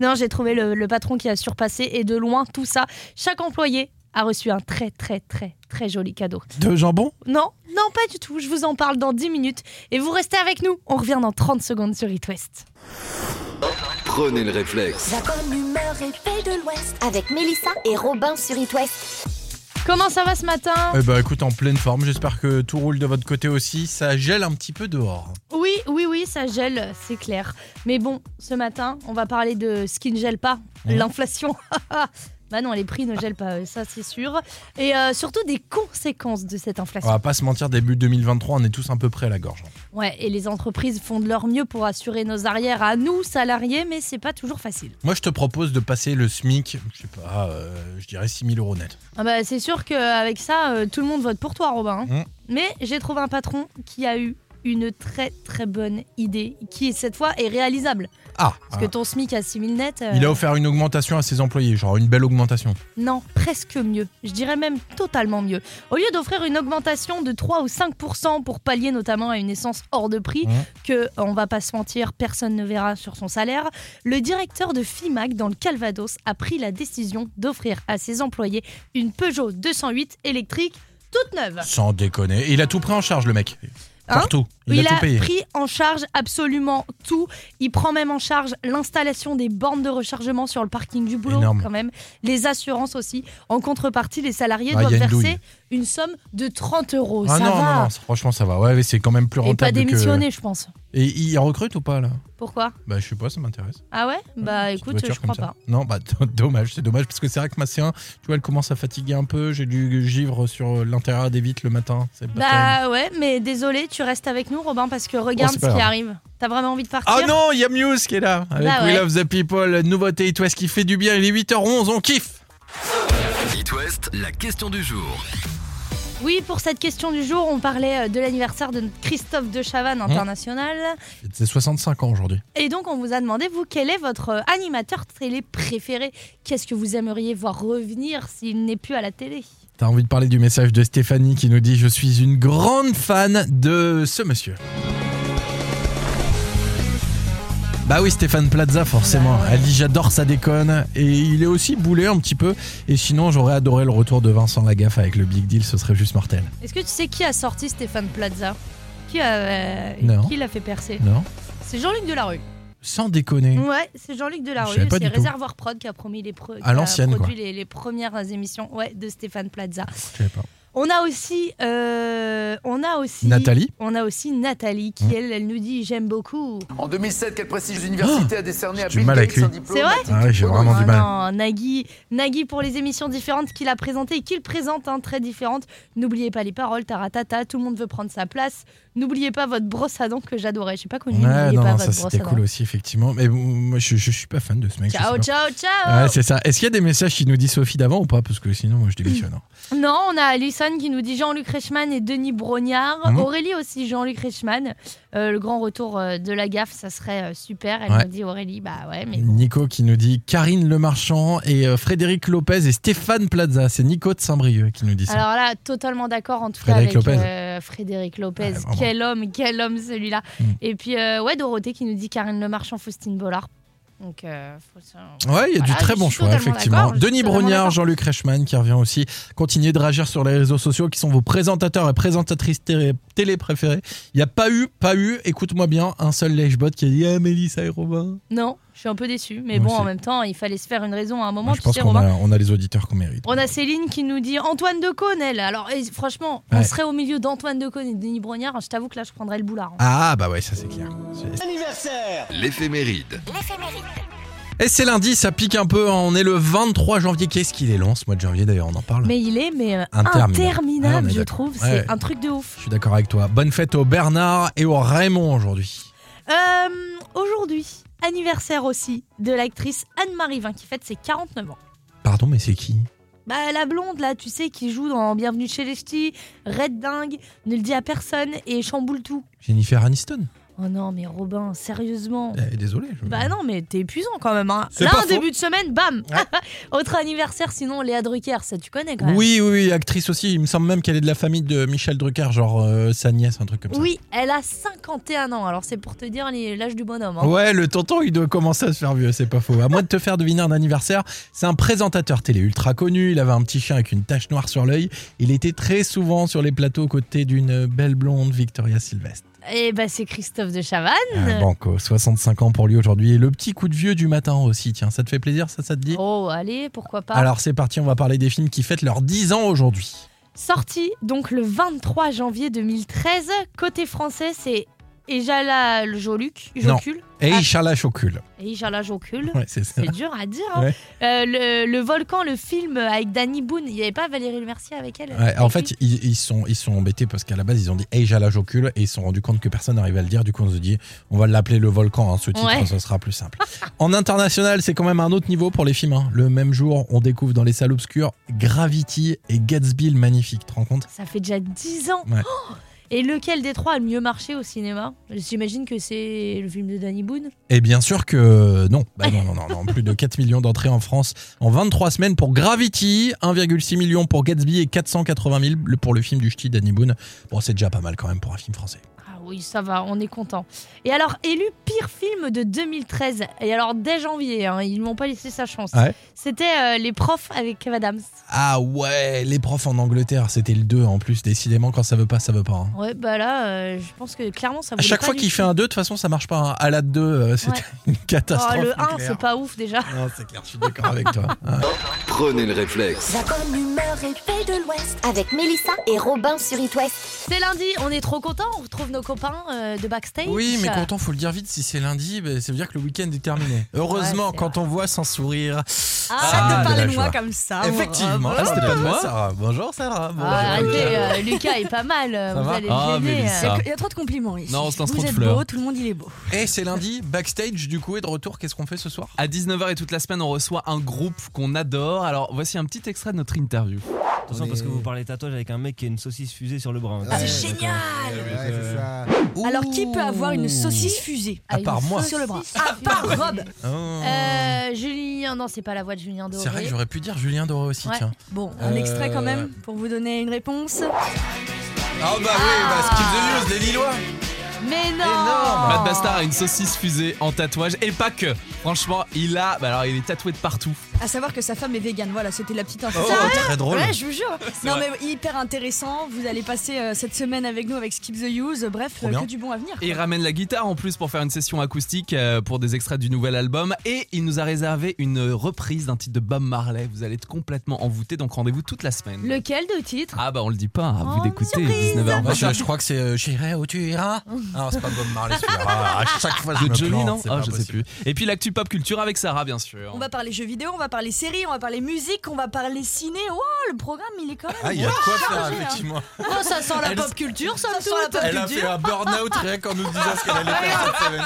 [SPEAKER 3] Non, j'ai trouvé le, le patron qui a surpassé et de loin tout ça. Chaque employé a reçu un très très très très joli cadeau.
[SPEAKER 4] Deux jambons
[SPEAKER 3] Non, non, pas du tout. Je vous en parle dans 10 minutes. Et vous restez avec nous. On revient dans 30 secondes sur It West.
[SPEAKER 1] Prenez le réflexe.
[SPEAKER 2] La bonne humeur réveil de l'Ouest avec Mélissa et Robin sur It West.
[SPEAKER 3] Comment ça va ce matin
[SPEAKER 4] Eh bah écoute, en pleine forme, j'espère que tout roule de votre côté aussi. Ça gèle un petit peu dehors.
[SPEAKER 3] Oui, oui, oui, ça gèle, c'est clair. Mais bon, ce matin, on va parler de ce qui ne gèle pas,
[SPEAKER 4] Ouais.
[SPEAKER 3] l'inflation. <laughs> bah non, les prix ne gèlent pas, ça c'est sûr. Et euh, surtout des conséquences de cette
[SPEAKER 4] On va
[SPEAKER 3] inflation.
[SPEAKER 4] pas se mentir, début 2023, on est tous un peu près à la gorge.
[SPEAKER 3] Ouais, et les entreprises font de leur mieux pour assurer nos arrières à nous, salariés, mais c'est pas toujours facile.
[SPEAKER 4] Moi, je te propose de passer le SMIC, je sais pas, euh, je dirais 6000 euros net.
[SPEAKER 3] Ah bah, c'est sûr qu'avec ça, euh, tout le monde vote pour toi, Robin. hein.
[SPEAKER 4] Mm.
[SPEAKER 3] Mais j'ai trouvé un patron qui a eu une très très bonne idée, qui cette fois est réalisable.
[SPEAKER 4] Ah,
[SPEAKER 3] Parce que ton SMIC à 6000 net. euh,
[SPEAKER 4] il a offert une augmentation à ses employés, genre une belle augmentation.
[SPEAKER 3] Non, presque mieux. Je dirais même totalement mieux. Au lieu d'offrir une augmentation de 3 ou 5% pour pallier notamment à une essence hors de prix,
[SPEAKER 4] Ouais.
[SPEAKER 3] que, on va pas se mentir, personne ne verra sur son salaire, le directeur de FIMAC dans le Calvados a pris la décision d'offrir à ses employés une Peugeot 208 électrique toute neuve.
[SPEAKER 4] Sans déconner. Et il a tout pris en charge, le mec.
[SPEAKER 3] Hein
[SPEAKER 4] Partout. Il, a, tout payé.
[SPEAKER 3] pris en charge absolument tout. Il prend même en charge l'installation des bornes de rechargement sur le parking du boulot,
[SPEAKER 4] Énorme.
[SPEAKER 3] quand même. Les assurances aussi. En contrepartie, les salariés
[SPEAKER 4] Ah,
[SPEAKER 3] doivent
[SPEAKER 4] y a une
[SPEAKER 3] verser
[SPEAKER 4] douille.
[SPEAKER 3] une somme de 30 euros.
[SPEAKER 4] ah
[SPEAKER 3] Oh, ça
[SPEAKER 4] non,
[SPEAKER 3] va.
[SPEAKER 4] non, non, franchement, ça va. Ouais, mais c'est quand même plus
[SPEAKER 3] Et pas
[SPEAKER 4] rentable. que-
[SPEAKER 3] démissionner, je pense.
[SPEAKER 4] Et il recrute ou pas, là
[SPEAKER 3] Pourquoi
[SPEAKER 4] Bah, je sais pas, ça m'intéresse.
[SPEAKER 3] Ah ouais Bah
[SPEAKER 4] Petite
[SPEAKER 3] écoute,
[SPEAKER 4] voiture
[SPEAKER 3] je crois
[SPEAKER 4] comme ça.
[SPEAKER 3] pas.
[SPEAKER 4] Non, bah d- dommage, c'est dommage parce que c'est vrai que ma C1, tu vois, elle commence à fatiguer un peu. J'ai du givre sur euh, l'intérieur des vitres le matin. C'est pas terrible.
[SPEAKER 3] Bah ouais, mais désolé, tu restes avec nous, Robin, parce que regarde
[SPEAKER 4] Oh,
[SPEAKER 3] ce
[SPEAKER 4] c'est pas
[SPEAKER 3] qui
[SPEAKER 4] grave.
[SPEAKER 3] arrive. T'as vraiment envie de partir
[SPEAKER 4] Ah non, il y a Muse qui est là avec
[SPEAKER 3] Bah ouais.
[SPEAKER 4] We Love the People, nouveauté It West qui fait du bien. Il est 8h11, on kiffe.
[SPEAKER 1] It West, la question du jour.
[SPEAKER 3] Oui, pour cette question du jour, on parlait euh, de l'anniversaire de notre Christophe de
[SPEAKER 4] Mmh.
[SPEAKER 3] Chavannes international.
[SPEAKER 4] C'est 65 ans aujourd'hui.
[SPEAKER 3] Et donc, on vous a demandé, vous, quel est votre euh, animateur télé préféré Qu'est-ce que vous aimeriez voir revenir s'il n'est plus à la télé
[SPEAKER 4] T'as envie de parler du message de Stéphanie qui nous dit Je suis une grande fan de ce monsieur. Bah oui, Stéphane Plaza, forcément. Elle dit J'adore, ça déconne. Et il est aussi boulé un petit peu. Et sinon, j'aurais adoré le retour de Vincent Lagaffe avec le Big Deal, ce serait juste mortel.
[SPEAKER 3] Est-ce que tu sais qui a sorti Stéphane Plaza Qui a, euh,
[SPEAKER 4] Non.
[SPEAKER 3] qui l'a fait percer
[SPEAKER 4] Non
[SPEAKER 3] C'est Jean-Luc Delarue.
[SPEAKER 4] Sans déconner.
[SPEAKER 3] Ouais, c'est Jean-Luc
[SPEAKER 4] Je
[SPEAKER 3] Delarue.
[SPEAKER 4] savais pas
[SPEAKER 3] C'est
[SPEAKER 4] du tout.
[SPEAKER 3] Réservoir Prod qui a promis les pre-
[SPEAKER 4] À
[SPEAKER 3] qui a
[SPEAKER 4] l'ancienne,
[SPEAKER 3] produit
[SPEAKER 4] quoi.
[SPEAKER 3] les, les premières émissions ouais, de Stéphane Plaza.
[SPEAKER 4] Je savais pas.
[SPEAKER 3] On a aussi, euh, on a aussi
[SPEAKER 4] Nathalie.
[SPEAKER 3] On a aussi Nathalie qui
[SPEAKER 4] Mm.
[SPEAKER 3] elle, elle nous dit j'aime beaucoup.
[SPEAKER 13] En 2007, quelle prestigieuse université a décerné à
[SPEAKER 4] du
[SPEAKER 13] Bill
[SPEAKER 4] mal avec
[SPEAKER 13] Gates hein, un
[SPEAKER 4] lui.
[SPEAKER 13] diplôme
[SPEAKER 3] C'est vrai
[SPEAKER 4] Ah ouais, j'ai vraiment du
[SPEAKER 3] Ah
[SPEAKER 4] mal.
[SPEAKER 3] non, Nagui, Nagui pour les émissions différentes qu'il a présentées et qu'il présente, hein, très différentes. N'oubliez pas les paroles, taratata, tout le monde veut prendre sa place. N'oubliez pas votre brosse à dents que j'adorais. Je sais pas connu,
[SPEAKER 4] Ouais,
[SPEAKER 3] n'oubliez
[SPEAKER 4] non,
[SPEAKER 3] pas
[SPEAKER 4] non,
[SPEAKER 3] votre
[SPEAKER 4] ça
[SPEAKER 3] brosse
[SPEAKER 4] c'était
[SPEAKER 3] à dents.
[SPEAKER 4] cool aussi, effectivement. Mais bon, moi, je, je suis pas fan de ce mec. je
[SPEAKER 3] Ciao,
[SPEAKER 4] sais pas.
[SPEAKER 3] ciao, ciao.
[SPEAKER 4] Ouais, c'est ça. Est-ce qu'il y a des messages qui nous dit Sophie d'avant ou pas Parce que sinon, moi, je démissionne. hein.
[SPEAKER 3] Non, on a Alison qui nous dit Jean-Luc Reichmann et Denis Brognard.
[SPEAKER 4] Mhm.
[SPEAKER 3] Aurélie aussi, Jean-Luc Reichmann. Euh, le grand retour euh, de la gaffe, ça serait euh, super. Elle
[SPEAKER 4] Ouais.
[SPEAKER 3] nous dit Aurélie, bah ouais, mais.
[SPEAKER 4] Nico qui nous dit Karine Lemarchand et euh, Frédéric Lopez et Stéphane Plaza. C'est Nico de Saint-Brieuc qui nous dit ça.
[SPEAKER 3] Alors là, totalement d'accord en tout cas
[SPEAKER 4] Frédéric
[SPEAKER 3] avec
[SPEAKER 4] Lopez.
[SPEAKER 3] euh, Frédéric Lopez.
[SPEAKER 4] Ouais, vraiment. Hmm.
[SPEAKER 3] quel homme, quel homme celui-là. Et puis, euh, ouais, Dorothée qui nous dit Karine Lemarchand, Faustine Bollard. Donc, euh, faut se-
[SPEAKER 4] Ouais, il y a
[SPEAKER 3] Voilà,
[SPEAKER 4] du
[SPEAKER 3] je
[SPEAKER 4] très
[SPEAKER 3] suis
[SPEAKER 4] bon choix,
[SPEAKER 3] totalement
[SPEAKER 4] effectivement.
[SPEAKER 3] d'accord, je suis
[SPEAKER 4] Denis
[SPEAKER 3] totalement
[SPEAKER 4] Brognard,
[SPEAKER 3] d'accord.
[SPEAKER 4] Jean-Luc Reichmann qui revient aussi. Continuez de réagir sur les réseaux sociaux qui sont vos présentateurs et présentatrices télé, télé préférées. Il n'y a pas eu, pas eu, écoute-moi bien, un seul lèche-bot qui a dit Ah, Mélissa et Robin.
[SPEAKER 3] Non, je suis un peu déçue. Mais
[SPEAKER 4] Moi
[SPEAKER 3] bon,
[SPEAKER 4] aussi.
[SPEAKER 3] en même temps, il fallait se faire une raison à un moment.
[SPEAKER 4] Moi, je
[SPEAKER 3] tu
[SPEAKER 4] pense
[SPEAKER 3] sais,
[SPEAKER 4] qu'on
[SPEAKER 3] Romain.
[SPEAKER 4] a, on a les auditeurs qu'on mérite.
[SPEAKER 3] On a Céline qui nous dit Antoine Decaune, elle. Alors, eh, franchement, on
[SPEAKER 4] Ouais.
[SPEAKER 3] serait au milieu d'Antoine Decaune et de Denis Brognard. Je t'avoue que là, je prendrais le boulard. hein.
[SPEAKER 4] Ah, bah ouais, ça c'est clair. C'est-
[SPEAKER 1] Anniversaire L'éphéméride.
[SPEAKER 4] Et c'est lundi, ça pique un peu. hein. On est le 23 janvier. Qu'est-ce qu'il est long ce mois de janvier d'ailleurs, on en parle.
[SPEAKER 3] Mais il est mais euh,
[SPEAKER 4] Interminable. Ouais, on
[SPEAKER 3] interminable,
[SPEAKER 4] est
[SPEAKER 3] je
[SPEAKER 4] d'accord.
[SPEAKER 3] trouve.
[SPEAKER 4] Ouais,
[SPEAKER 3] C'est
[SPEAKER 4] ouais.
[SPEAKER 3] un truc de ouf.
[SPEAKER 4] Je suis d'accord avec toi. Bonne fête au Bernard et au Raymond aujourd'hui.
[SPEAKER 3] Euh, Aujourd'hui, anniversaire aussi de l'actrice Anne-Marie Vin qui fête ses 49 ans.
[SPEAKER 4] Pardon, mais c'est qui
[SPEAKER 3] Bah, la blonde, là, tu sais, qui joue dans Bienvenue chez les Ch'tis, Red Dingue, Ne le dis à personne et Chamboule tout.
[SPEAKER 4] Jennifer Aniston
[SPEAKER 3] Oh non, mais Robin, sérieusement.
[SPEAKER 4] Eh, Désolé. je-
[SPEAKER 3] Bah non, mais t'es épuisant quand même. Hein.
[SPEAKER 4] C'est
[SPEAKER 3] Là,
[SPEAKER 4] pas
[SPEAKER 3] un
[SPEAKER 4] faux.
[SPEAKER 3] début de semaine, bam <laughs> Autre anniversaire, sinon Léa Drucker, ça tu connais quand même.
[SPEAKER 4] Oui, oui, oui, actrice aussi. Il me semble même qu'elle est de la famille de Michel Drucker, genre euh, sa nièce, un truc comme ça.
[SPEAKER 3] Oui, elle a 51 ans, alors c'est pour te dire les- l'âge du bonhomme. hein.
[SPEAKER 4] Ouais, le tonton, il doit commencer à se faire vieux, c'est pas faux. À moins de te faire deviner un anniversaire, c'est un présentateur télé ultra connu. Il avait un petit chien avec une tache noire sur l'œil. Il était très souvent sur les plateaux aux côtés d'une belle blonde, Victoria Sylvestre.
[SPEAKER 3] Eh ben c'est Christophe Christophe de Chavannes.
[SPEAKER 4] Ah, Banco, 65 ans pour lui aujourd'hui. Et le petit coup de vieux du matin aussi, tiens, ça te fait plaisir, ça, ça te dit
[SPEAKER 3] Oh, allez, pourquoi pas.
[SPEAKER 4] Alors c'est parti, on va parler des films qui fêtent leurs 10 ans aujourd'hui.
[SPEAKER 3] Sorti donc le 23 janvier 2013, côté français, c'est Ejala le Joluc, Jocul.
[SPEAKER 4] Et Inch'Allah Chocul.
[SPEAKER 3] Ejala
[SPEAKER 4] <laughs>
[SPEAKER 3] Jocul.
[SPEAKER 4] Ouais, c'est ça.
[SPEAKER 3] Ah. C'est dur à dire. hein.
[SPEAKER 4] Ouais.
[SPEAKER 3] Euh, le, le volcan, le film avec Danny Boone, il n'y avait pas Valérie Le Mercier avec elle
[SPEAKER 4] Ouais, en
[SPEAKER 3] Avec
[SPEAKER 4] fait, ils, ils sont, ils sont embêtés parce qu'à la base, ils ont dit Eh, Ejala Jocul et ils se sont rendus compte que personne n'arrivait à le dire. Du coup, on se dit, on va l'appeler le volcan, hein, ce titre,
[SPEAKER 3] Ouais.
[SPEAKER 4] ce sera plus simple. en international, c'est quand même un autre niveau pour les films. hein. Le même jour, on découvre dans les salles obscures Gravity et Gatsby le Magnifique. Tu te rends compte
[SPEAKER 3] Ça fait déjà 10 ans.
[SPEAKER 4] Ouais.
[SPEAKER 3] Oh et lequel des trois a le mieux marché au cinéma J'imagine que c'est le film de Danny Boone.
[SPEAKER 4] Et bien sûr que non. Bah non, non, non, non. Plus de 4 millions d'entrées en France en 23 semaines pour Gravity, 1,6 million pour Gatsby et 480 000 pour le film du ch'ti Danny Boone. Bon, c'est déjà pas mal quand même pour un film français.
[SPEAKER 3] Ah oui, ça va, on est content. Et alors, élu pire film de 2013. Et alors, dès janvier, hein, ils ne m'ont pas laissé sa chance.
[SPEAKER 4] Ouais.
[SPEAKER 3] C'était euh, Les Profs avec Kev Adams.
[SPEAKER 4] Ah ouais, les profs en Angleterre, c'était le 2 en plus. Décidément, quand ça veut pas, ça veut pas. hein.
[SPEAKER 3] Ouais, bah là, euh, je pense que clairement, ça
[SPEAKER 4] À
[SPEAKER 3] voulait
[SPEAKER 4] chaque
[SPEAKER 3] pas
[SPEAKER 4] fois
[SPEAKER 3] du
[SPEAKER 4] qu'il
[SPEAKER 3] tout.
[SPEAKER 4] fait un 2, de toute façon, ça marche pas. hein. À la 2, euh, c'était
[SPEAKER 3] Ouais.
[SPEAKER 4] <laughs> une catastrophe.
[SPEAKER 3] Oh, le 1,
[SPEAKER 4] nucléaire.
[SPEAKER 3] c'est pas ouf déjà.
[SPEAKER 4] Non, c'est clair, je suis d'accord avec
[SPEAKER 3] <laughs>
[SPEAKER 4] toi. Ouais.
[SPEAKER 1] Prenez le réflexe.
[SPEAKER 2] La bonne humeur et paix de l'Ouest avec Mélissa et Robin sur It West.
[SPEAKER 3] C'est lundi, on est trop contents, on retrouve nos copains euh, de backstage.
[SPEAKER 4] Oui, mais content, faut le dire vite. Si c'est lundi, ben, ça veut dire que le week-end est terminé. Heureusement, quand on voit sans sourire.
[SPEAKER 6] Arrête
[SPEAKER 4] ah,
[SPEAKER 6] de parler
[SPEAKER 4] la
[SPEAKER 6] de moi
[SPEAKER 4] joie.
[SPEAKER 6] comme ça. mon
[SPEAKER 4] Effectivement,
[SPEAKER 6] Rob.
[SPEAKER 4] Ah, c'était pas de moi.
[SPEAKER 7] Ah.
[SPEAKER 4] Sarah. Bonjour Sarah. Bonjour,
[SPEAKER 3] Ah, arrêtez,
[SPEAKER 4] Lucas.
[SPEAKER 3] euh, Lucas est pas mal, euh,
[SPEAKER 4] Ça
[SPEAKER 3] vous
[SPEAKER 4] va
[SPEAKER 3] allez
[SPEAKER 4] Ah,
[SPEAKER 3] le gêner.
[SPEAKER 4] Mélissa.
[SPEAKER 6] Il y a- Il y a trop de compliments ici.
[SPEAKER 7] Non, on se lance
[SPEAKER 6] Vous
[SPEAKER 7] trop de
[SPEAKER 6] êtes
[SPEAKER 7] fleurs.
[SPEAKER 6] beau, tout le monde il est beau.
[SPEAKER 4] Et c'est lundi, backstage du coup et de retour, qu'est-ce qu'on fait ce soir
[SPEAKER 7] À 19h et toute la semaine, on reçoit un groupe qu'on adore. Alors voici un petit extrait de notre interview.
[SPEAKER 8] Attention parce que vous parlez tatouage avec un mec qui a une saucisse fusée sur le bras. hein.
[SPEAKER 6] Ah, c'est génial Alors, qui peut avoir une saucisse fusée Ah,
[SPEAKER 4] À part moi. Ah,
[SPEAKER 6] Sur le bras.
[SPEAKER 3] Saucisse
[SPEAKER 6] À part
[SPEAKER 3] fusée.
[SPEAKER 6] Rob.
[SPEAKER 4] Oh.
[SPEAKER 3] Euh, Julien, non, c'est pas la voix de Julien Doré.
[SPEAKER 4] C'est vrai que j'aurais pu dire Julien Doré aussi,
[SPEAKER 3] Ouais.
[SPEAKER 4] tiens.
[SPEAKER 6] Bon, un
[SPEAKER 4] Euh,
[SPEAKER 6] extrait quand même pour vous donner une réponse.
[SPEAKER 4] Ah bah oui, bah skip the news, les Lillois.
[SPEAKER 3] Mais non
[SPEAKER 13] Oh.
[SPEAKER 7] Matt Bastard a une saucisse fusée en tatouage et pas que. Franchement, il a. bah alors, il est tatoué de partout.
[SPEAKER 6] À savoir que sa femme est végane, voilà, c'était la petite info.
[SPEAKER 7] Oh, Sérieux très drôle.
[SPEAKER 6] Ouais, je vous jure.
[SPEAKER 7] C'est
[SPEAKER 6] Non,
[SPEAKER 7] vrai.
[SPEAKER 6] mais hyper intéressant. Vous allez passer euh, cette semaine avec nous avec Skip the Use. Bref, euh,
[SPEAKER 7] bien.
[SPEAKER 6] que du bon à venir.
[SPEAKER 7] Et il ramène la guitare en plus pour faire une session acoustique euh, pour des extraits du nouvel album. Et il nous a réservé une reprise d'un titre de Bob Marley. Vous allez être complètement envoûté, donc rendez-vous toute la semaine.
[SPEAKER 3] Lequel de titre
[SPEAKER 7] Ah bah on le dit pas, à vous
[SPEAKER 3] Oh,
[SPEAKER 7] d'écouter
[SPEAKER 3] surprise
[SPEAKER 7] 19h20.
[SPEAKER 5] Moi, je- je
[SPEAKER 4] crois que c'est euh, J'irai où tu iras.
[SPEAKER 5] Ah, c'est pas Bob Marley celui-là. Ah, à chaque fois, je
[SPEAKER 7] de
[SPEAKER 5] me
[SPEAKER 7] Johnny,
[SPEAKER 5] plante,
[SPEAKER 7] non
[SPEAKER 5] c'est
[SPEAKER 7] Ah,
[SPEAKER 5] pas
[SPEAKER 7] je sais plus. Et puis l'actu pop culture avec Sarah, bien sûr.
[SPEAKER 6] On va parler jeux vidéo, on va parler séries, on va parler musique, on va parler ciné. Oh, le programme, il est quand même.
[SPEAKER 4] Ah, il y a de quoi
[SPEAKER 6] bien
[SPEAKER 4] faire,
[SPEAKER 6] chargé, hein.
[SPEAKER 4] effectivement.
[SPEAKER 3] Oh, ça sent la
[SPEAKER 4] Elle-
[SPEAKER 3] pop culture, ça,
[SPEAKER 6] Ça sent la pop
[SPEAKER 4] Elle a fait un burn-out rien qu'en nous disant ce qu'elle allait faire cette semaine.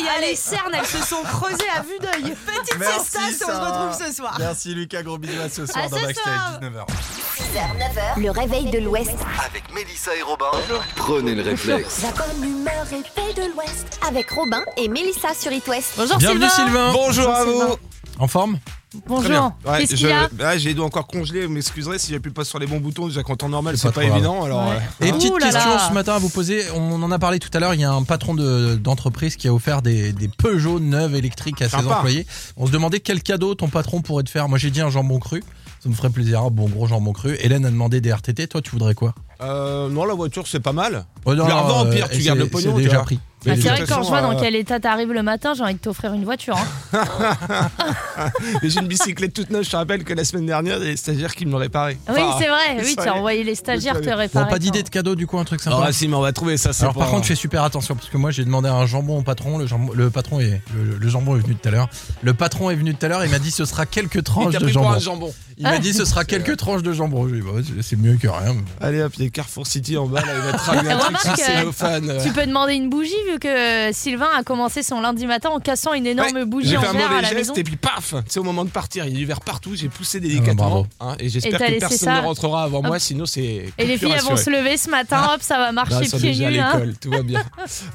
[SPEAKER 3] il y a les cernes, elles se sont creusées à vue d'œil.
[SPEAKER 6] Petite
[SPEAKER 4] Merci,
[SPEAKER 6] sieste, on se
[SPEAKER 4] Sarah.
[SPEAKER 6] retrouve ce soir.
[SPEAKER 4] Merci Lucas, gros bisous à ce soir
[SPEAKER 6] À
[SPEAKER 3] Ah,
[SPEAKER 4] dans
[SPEAKER 6] ce
[SPEAKER 4] Backstage,
[SPEAKER 6] soir.
[SPEAKER 4] 19h.
[SPEAKER 2] 6h, 9h, le réveil de l'Ouest.
[SPEAKER 1] Avec Mélissa et Robin, prenez le réflexe.
[SPEAKER 2] La bonne humeur et paix de l'Ouest avec Robin et Mélissa sur It West.
[SPEAKER 3] Bonjour
[SPEAKER 4] Bienvenue Sylvain.
[SPEAKER 14] Bonjour à vous.
[SPEAKER 4] En forme
[SPEAKER 14] Très
[SPEAKER 3] Bonjour.
[SPEAKER 14] bien. Ouais,
[SPEAKER 3] Qu'est-ce
[SPEAKER 14] je-
[SPEAKER 3] qu'il y a
[SPEAKER 14] ouais, J'ai les doigts encore congelés, vous m'excuserez si j'appuie pas sur les bons boutons, déjà qu'en temps normal
[SPEAKER 4] C'est
[SPEAKER 14] c'est pas,
[SPEAKER 4] pas trop grave.
[SPEAKER 14] évident. Alors,
[SPEAKER 4] Ouais.
[SPEAKER 14] euh,
[SPEAKER 4] Et
[SPEAKER 14] hein.
[SPEAKER 4] petite
[SPEAKER 3] Ouh là là.
[SPEAKER 4] question ce matin à vous poser. On en a parlé tout à l'heure. Il y a un patron de- d'entreprise qui a offert des, des Peugeot neuves électriques à ses
[SPEAKER 14] Sympa.
[SPEAKER 4] employés. On se demandait quel cadeau ton patron pourrait te faire. Moi, j'ai dit un jambon cru. Ça me ferait plaisir. Un bon gros jambon cru. Hélène a demandé des RTT. Toi, tu voudrais quoi
[SPEAKER 14] Euh, non, la voiture c'est pas
[SPEAKER 3] <laughs>
[SPEAKER 14] mal.
[SPEAKER 4] Oh non,
[SPEAKER 14] tu la revends,
[SPEAKER 4] euh,
[SPEAKER 14] au pire,
[SPEAKER 4] et
[SPEAKER 14] tu gardes
[SPEAKER 4] c'est-
[SPEAKER 14] le pognon.
[SPEAKER 4] c'est
[SPEAKER 14] tu
[SPEAKER 4] déjà
[SPEAKER 14] vois.
[SPEAKER 4] pris.
[SPEAKER 14] Mais
[SPEAKER 3] Ah,
[SPEAKER 14] de
[SPEAKER 3] C'est vrai
[SPEAKER 14] toute
[SPEAKER 3] que quand je
[SPEAKER 14] façon,
[SPEAKER 3] vois dans
[SPEAKER 14] euh,
[SPEAKER 3] quel état t'arrives le matin, j'ai envie de t'offrir une voiture. hein.
[SPEAKER 14] Mais J'ai une bicyclette toute neuve, je te rappelle que la semaine dernière, il y a les stagiaires qui me l'ont réparée.
[SPEAKER 3] Oui,
[SPEAKER 14] Enfin,
[SPEAKER 3] c'est vrai.
[SPEAKER 14] ils
[SPEAKER 3] Oui,
[SPEAKER 14] sont
[SPEAKER 3] tu as
[SPEAKER 14] allés-
[SPEAKER 3] envoyé les stagiaires
[SPEAKER 14] ils
[SPEAKER 3] te
[SPEAKER 14] sont allés-
[SPEAKER 4] Bon,
[SPEAKER 3] réparer.
[SPEAKER 4] pas d'idée de cadeau du coup, un truc sympa.
[SPEAKER 14] Ah, si, mais on va trouver ça. c'est
[SPEAKER 4] Alors par
[SPEAKER 14] pas-
[SPEAKER 4] contre, fais super attention parce que moi j'ai demandé à un jambon au patron. Le jambon, le patron est le, le jambon est venu tout à l'heure. Le patron est venu tout à l'heure. Il m'a dit ce sera quelques
[SPEAKER 14] Il
[SPEAKER 4] tranches
[SPEAKER 14] t'a
[SPEAKER 4] de
[SPEAKER 14] pris pour
[SPEAKER 4] jambon.
[SPEAKER 14] un jambon.
[SPEAKER 4] Il m'a dit ce sera quelques tranches de jambon. Je lui ai dit, bah, c'est- c'est mieux que rien.
[SPEAKER 14] Allez hop, il y a Carrefour City en bas, là,
[SPEAKER 3] <laughs>
[SPEAKER 14] il va te ramener un truc
[SPEAKER 3] Remarque,
[SPEAKER 14] sous
[SPEAKER 3] euh,
[SPEAKER 14] cellophane.
[SPEAKER 3] Tu peux demander une bougie vu que Sylvain a commencé son lundi matin en cassant une énorme
[SPEAKER 14] Ouais,
[SPEAKER 3] bougie
[SPEAKER 14] j'ai
[SPEAKER 3] en
[SPEAKER 14] fait un
[SPEAKER 3] verre à
[SPEAKER 14] mauvais
[SPEAKER 3] la
[SPEAKER 14] geste
[SPEAKER 3] maison. Ah,
[SPEAKER 14] et puis paf C'est au moment de partir, il y a du verre partout, j'ai poussé délicatement.
[SPEAKER 4] bravo.
[SPEAKER 14] hein, et
[SPEAKER 3] Et
[SPEAKER 14] j'espère
[SPEAKER 3] t'as
[SPEAKER 14] que
[SPEAKER 3] laissé
[SPEAKER 14] personne
[SPEAKER 3] ça.
[SPEAKER 14] ne rentrera avant moi,
[SPEAKER 3] Hop.
[SPEAKER 14] sinon c'est.
[SPEAKER 3] Et les
[SPEAKER 14] coupure
[SPEAKER 3] filles elles vont se
[SPEAKER 14] assurée. Ah.
[SPEAKER 3] lever ce matin, hop, ça va
[SPEAKER 14] Non,
[SPEAKER 3] marcher
[SPEAKER 14] elles sont
[SPEAKER 3] pieds
[SPEAKER 14] déjà à
[SPEAKER 3] nus. hein. <laughs>
[SPEAKER 14] l'école, tout va bien.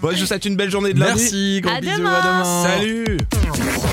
[SPEAKER 14] Bon, je vous souhaite une belle journée de lundi.
[SPEAKER 4] Merci, gros
[SPEAKER 3] À
[SPEAKER 4] bisous,
[SPEAKER 3] demain.
[SPEAKER 4] à demain.
[SPEAKER 14] Salut